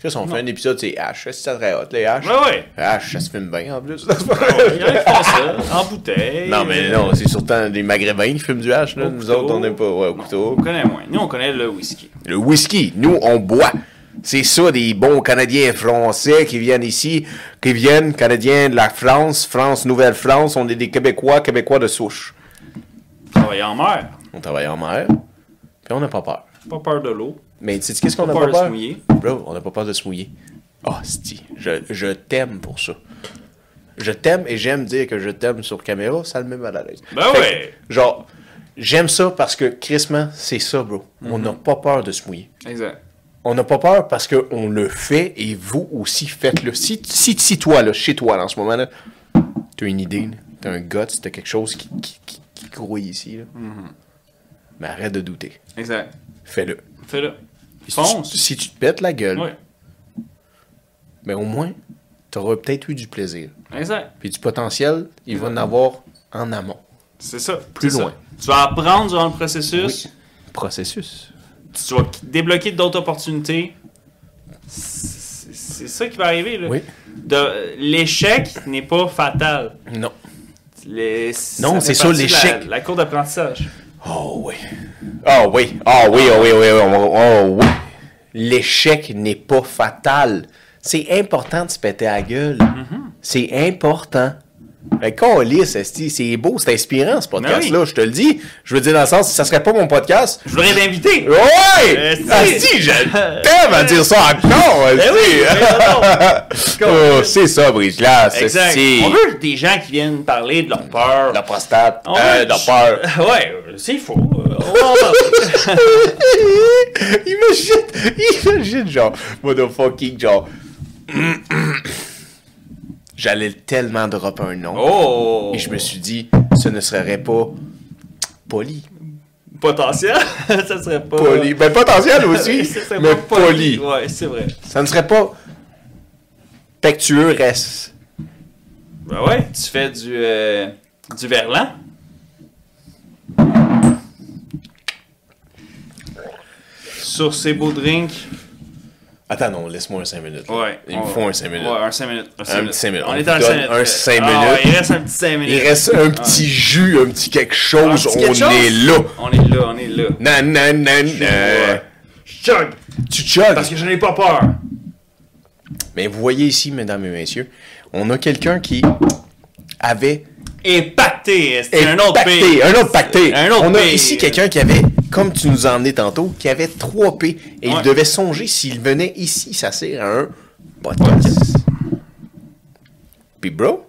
A: Chris, on fait un épisode, c'est H. C'est très hot, les H.
B: Ouais, ouais.
A: H, ça se fume bien en plus.
B: Il y en a qui font ça, en bouteille. euh,
A: non, mais non, c'est surtout les Maghrébins qui fument du H. Là.
B: Au
A: Nous
B: couteau.
A: autres, on n'est pas ouais, au
B: Non,
A: couteau.
B: on connaît moins. Nous, on connaît le whisky.
A: Le whisky, nous, on boit. C'est ça, des bons Canadiens et français qui viennent ici, qui viennent, Canadiens de la France, France, Nouvelle-France. On est des Québécois, Québécois de souche.
B: Travailler en mer.
A: On travaille en mer, puis on n'a pas peur.
B: Pas peur de l'eau.
A: Mais tu sais qu'est-ce qu'on
B: Pas
A: n'a
B: peur
A: pas
B: de
A: peur?
B: se mouiller.
A: Bro, on n'a pas peur de se mouiller. Ah, sti, je, je t'aime pour ça. Je t'aime et j'aime dire que je t'aime sur caméra, ça le met mal à l'aise.
B: Ben
A: que,
B: ouais.
A: Genre, j'aime ça parce que, crissement, c'est ça, bro.
B: Mm-hmm.
A: On n'a pas peur de se mouiller.
B: Exact.
A: On n'a pas peur parce qu'on le fait et vous aussi faites-le. Si, si, si toi, là, chez toi, là, en ce moment, là, t'as une idée, là, t'as un guts, t'as quelque chose qui, qui, qui, qui grouille ici, là.
B: Mm-hmm.
A: Mais arrête de douter.
B: Exact.
A: Fais-le.
B: Fais-le.
A: Si tu-
B: Fonce.
A: Si tu te pètes la gueule,
B: Oui.
A: mais au moins, t'auras peut-être eu du plaisir.
B: Exact.
A: Puis du potentiel, il va en avoir en amont.
B: C'est ça.
A: Plus
B: C'est ça.
A: loin.
B: Tu vas apprendre durant le processus.
A: Processus.
B: Tu vas débloquer d'autres opportunités. C'est c'est ça qui va arriver. Là.
A: Oui.
B: De- L'échec n'est pas fatal.
A: Non.
B: Les-
A: Non,
B: fait
A: c'est ça,
B: partie de
A: l'échec.
B: La, la cour d'apprentissage.
A: Oh oui. Oh oui. Oh oui, oh oui, oui, oui, oh, oh, oui. L'échec n'est pas fatal. C'est important de se péter à la gueule. C'est important. Mais quand on lit, c'est beau, c'est inspirant ce podcast-là, je te le dis. Je veux dire dans le sens, si ça serait pas mon podcast.
B: Je voudrais t'inviter.
A: Ouais!
B: Esti.
A: Asti, je t'aime à dire ça encore!
B: Eh oui,
A: esti.
B: mais non, non.
A: Oh, c'est ça, Brice-Glace.
B: Exact.
A: esti.
B: On veut des gens qui viennent parler de leur peur.
A: La prostate,
B: On
A: euh,
B: veut-
A: Mm. la peur.
B: Ouais, euh, c'est faux. Euh, on va en parler.
A: imagine, imagine, genre, motherfucking, genre. J'allais tellement drop un nom.
B: oh!
A: Et je me suis dit, ce ne serait pas poli.
B: Potentiel? ça serait pas.
A: Poli. Ben, potentiel aussi,
B: ça serait
A: mais
B: pas poli.
A: poli.
B: Ouais, c'est vrai.
A: Ça ne serait pas tactueux, reste.
B: Ben ouais, tu fais du. euh, du verlan? Sur ces beaux drinks.
A: Attends, non, laisse-moi un 5 minutes. là.
B: Ouais.
A: Il me
B: on-
A: faut un 5 minutes.
B: Ouais, un 5 minutes. cinq
A: Un
B: minutes.
A: petit cinq minutes.
B: On
A: On
B: est
A: vous
B: dans le
A: donne
B: 5 minutes.
A: un cinq
B: Ah,
A: minutes.
B: il reste un petit 5 minutes.
A: Il reste un petit jus, un petit quelque chose,
B: Un petit
A: on
B: quelque chose?
A: est là.
B: On est là, on est là.
A: Nan, nan, nan,
B: Je
A: nan.
B: chug
A: Tu chugs.
B: parce que je n'ai pas peur.
A: Mais vous voyez ici, mesdames et messieurs, on a quelqu'un qui avait
B: Et pacté, c'est un autre
A: pacté,
B: pays.
A: un autre pacté.
B: Un autre
A: on a
B: pays.
A: ici quelqu'un qui avait, comme tu nous en es tantôt, qui avait 3 P et il
B: Ouais.
A: devait songer s'il venait ici s'asseoir à un podcast. Puis bro,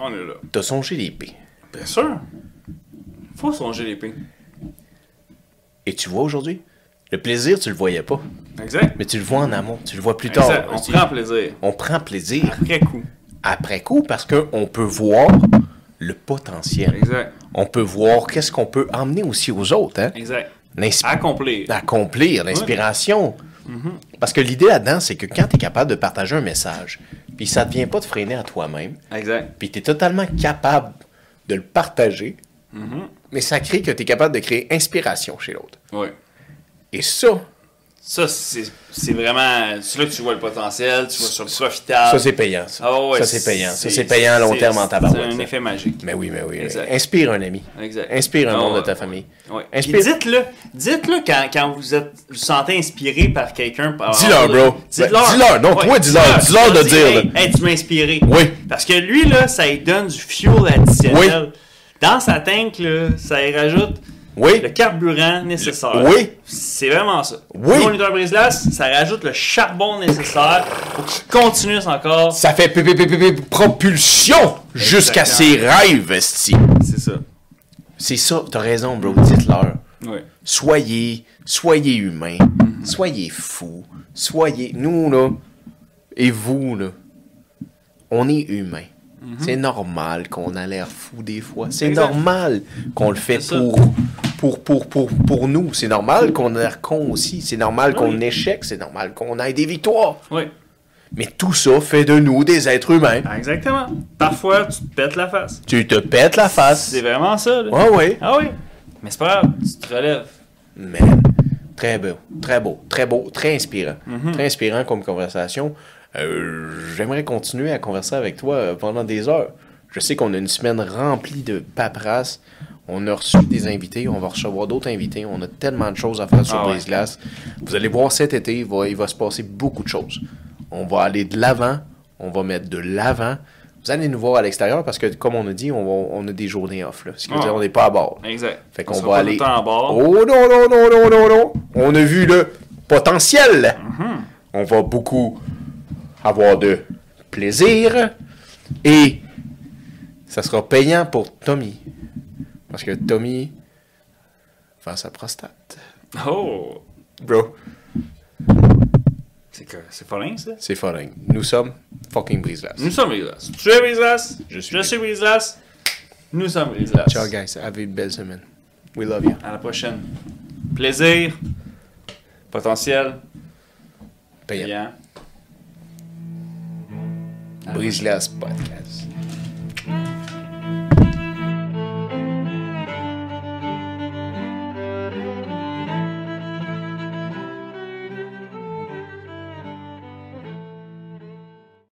B: On est là.
A: t'as songé les P.
B: Bien sûr. Faut songer l'épée.
A: Et tu vois aujourd'hui, le plaisir, tu le voyais pas,
B: Exact.
A: mais tu le vois en amont, tu le vois plus tard.
B: exact. On
A: Tu-
B: prend plaisir.
A: on prend plaisir
B: Après coup.
A: après coup parce qu'on peut voir le potentiel.
B: Exact.
A: On peut voir qu'est-ce qu'on peut emmener aussi aux autres. Hein?
B: Exact.
A: L'inspi-
B: Accomplir.
A: Accomplir, l'inspiration. Parce que l'idée là-dedans, c'est que quand tu es capable de partager un message, puis ça ne devient pas de freiner à toi-même,
B: Exact.
A: puis tu es totalement capable de le partager, mais ça crée que tu es capable de créer inspiration chez l'autre.
B: Oui.
A: Et ça,
B: Ça, c'est c'est vraiment. C'est là que tu vois le potentiel, tu vois sur le profitable.
A: ça c'est payant. Ça,
B: Ah ouais,
A: Ça, c'est payant. Ça c'est payant à long
B: c'est-
A: terme en tabarouette.
B: C'est un
A: ça.
B: effet magique.
A: Mais oui, mais oui.
B: Exact.
A: Inspire un ami.
B: Exact.
A: Inspire un
B: Ah,
A: membre de
B: ouais.
A: ta famille.
B: Ouais. Puis
A: Inspire-
B: Dites-le, dites-le quand, quand vous êtes, vous sentez inspiré par quelqu'un. par-
A: Dis-leur, bro.
B: Dites-leur.
A: Ben, dis-leur. Non, toi, dis-leur. Dis-leur de
B: Dis,
A: dire, là.
B: Hey, hey, tu m'as inspiré.
A: Oui.
B: Parce que lui, là, ça lui donne du fuel additionnel. Dans sa tank, là, ça lui rajoute
A: Oui.
B: le carburant nécessaire.
A: Oui.
B: C'est vraiment ça.
A: Oui.
B: Nous, on est un brise-glace, ça rajoute le charbon nécessaire pour qu'il continue encore.
A: Ça fait pi- pi- pi- pi- pi- propulsion jusqu'à ses rêves, esti.
B: C'est ça.
A: C'est ça, t'as raison, bro. Dites-leur.
B: Oui.
A: Soyez, soyez humains,
B: Mhm.
A: soyez fous, soyez. Nous, là, et vous, là, on est humains. C'est normal qu'on a l'air fou des fois. C'est
B: Mhm. Exact.
A: normal qu'on le fait
B: C'est ça.
A: pour, pour, pour, pour, pour nous. C'est normal qu'on ait l'air con aussi. C'est normal qu'on échec. C'est normal qu'on ait des victoires.
B: Oui.
A: Mais tout ça fait de nous des êtres humains.
B: Exactement. Parfois, tu te pètes la face.
A: Tu te pètes la face.
B: C'est vraiment ça. là.
A: Ouais, ouais.
B: Ah oui. Mais c'est pas grave, tu te relèves.
A: Mais très beau, très beau, très beau, très inspirant.
B: Mhm.
A: Très inspirant comme conversation. Euh, J'aimerais continuer à converser avec toi euh, pendant des heures. Je sais qu'on a une semaine remplie de paperasse. On a reçu des invités, on va recevoir d'autres invités. On a tellement de choses à faire sur
B: Ah ouais.
A: Brise Glace. Vous allez voir cet été, il va, il va se passer beaucoup de choses. On va aller de l'avant, on va mettre de l'avant. Vous allez nous voir à l'extérieur parce que, comme on a dit, on, va- on a des journées off. Là. Ce qui veut
B: Ah.
A: dire on n'est pas à bord.
B: Exact.
A: Fait
B: On
A: qu'on
B: sera
A: va
B: pas
A: aller.
B: tout le temps en bord.
A: Oh non, non, non, non, non, non. On a vu le potentiel.
B: Mm-hmm.
A: On va beaucoup avoir de plaisir. Et ça sera payant pour Tommy. Parce que Tommy vend sa prostate.
B: Oh!
A: Bro,
B: C'est que c'est pas rien, ça?
A: c'est fucking. Nous sommes fucking brise
B: Nous sommes les glaces. Tu es les glaces.
A: Je suis
B: Je suis les glaces. Nous sommes les glaces.
A: Ciao, guys. Avez une belle semaine. We love you.
B: À la prochaine. Plaisir. Potentiel.
A: Payant.
B: Payant.
A: Brise-glace podcast.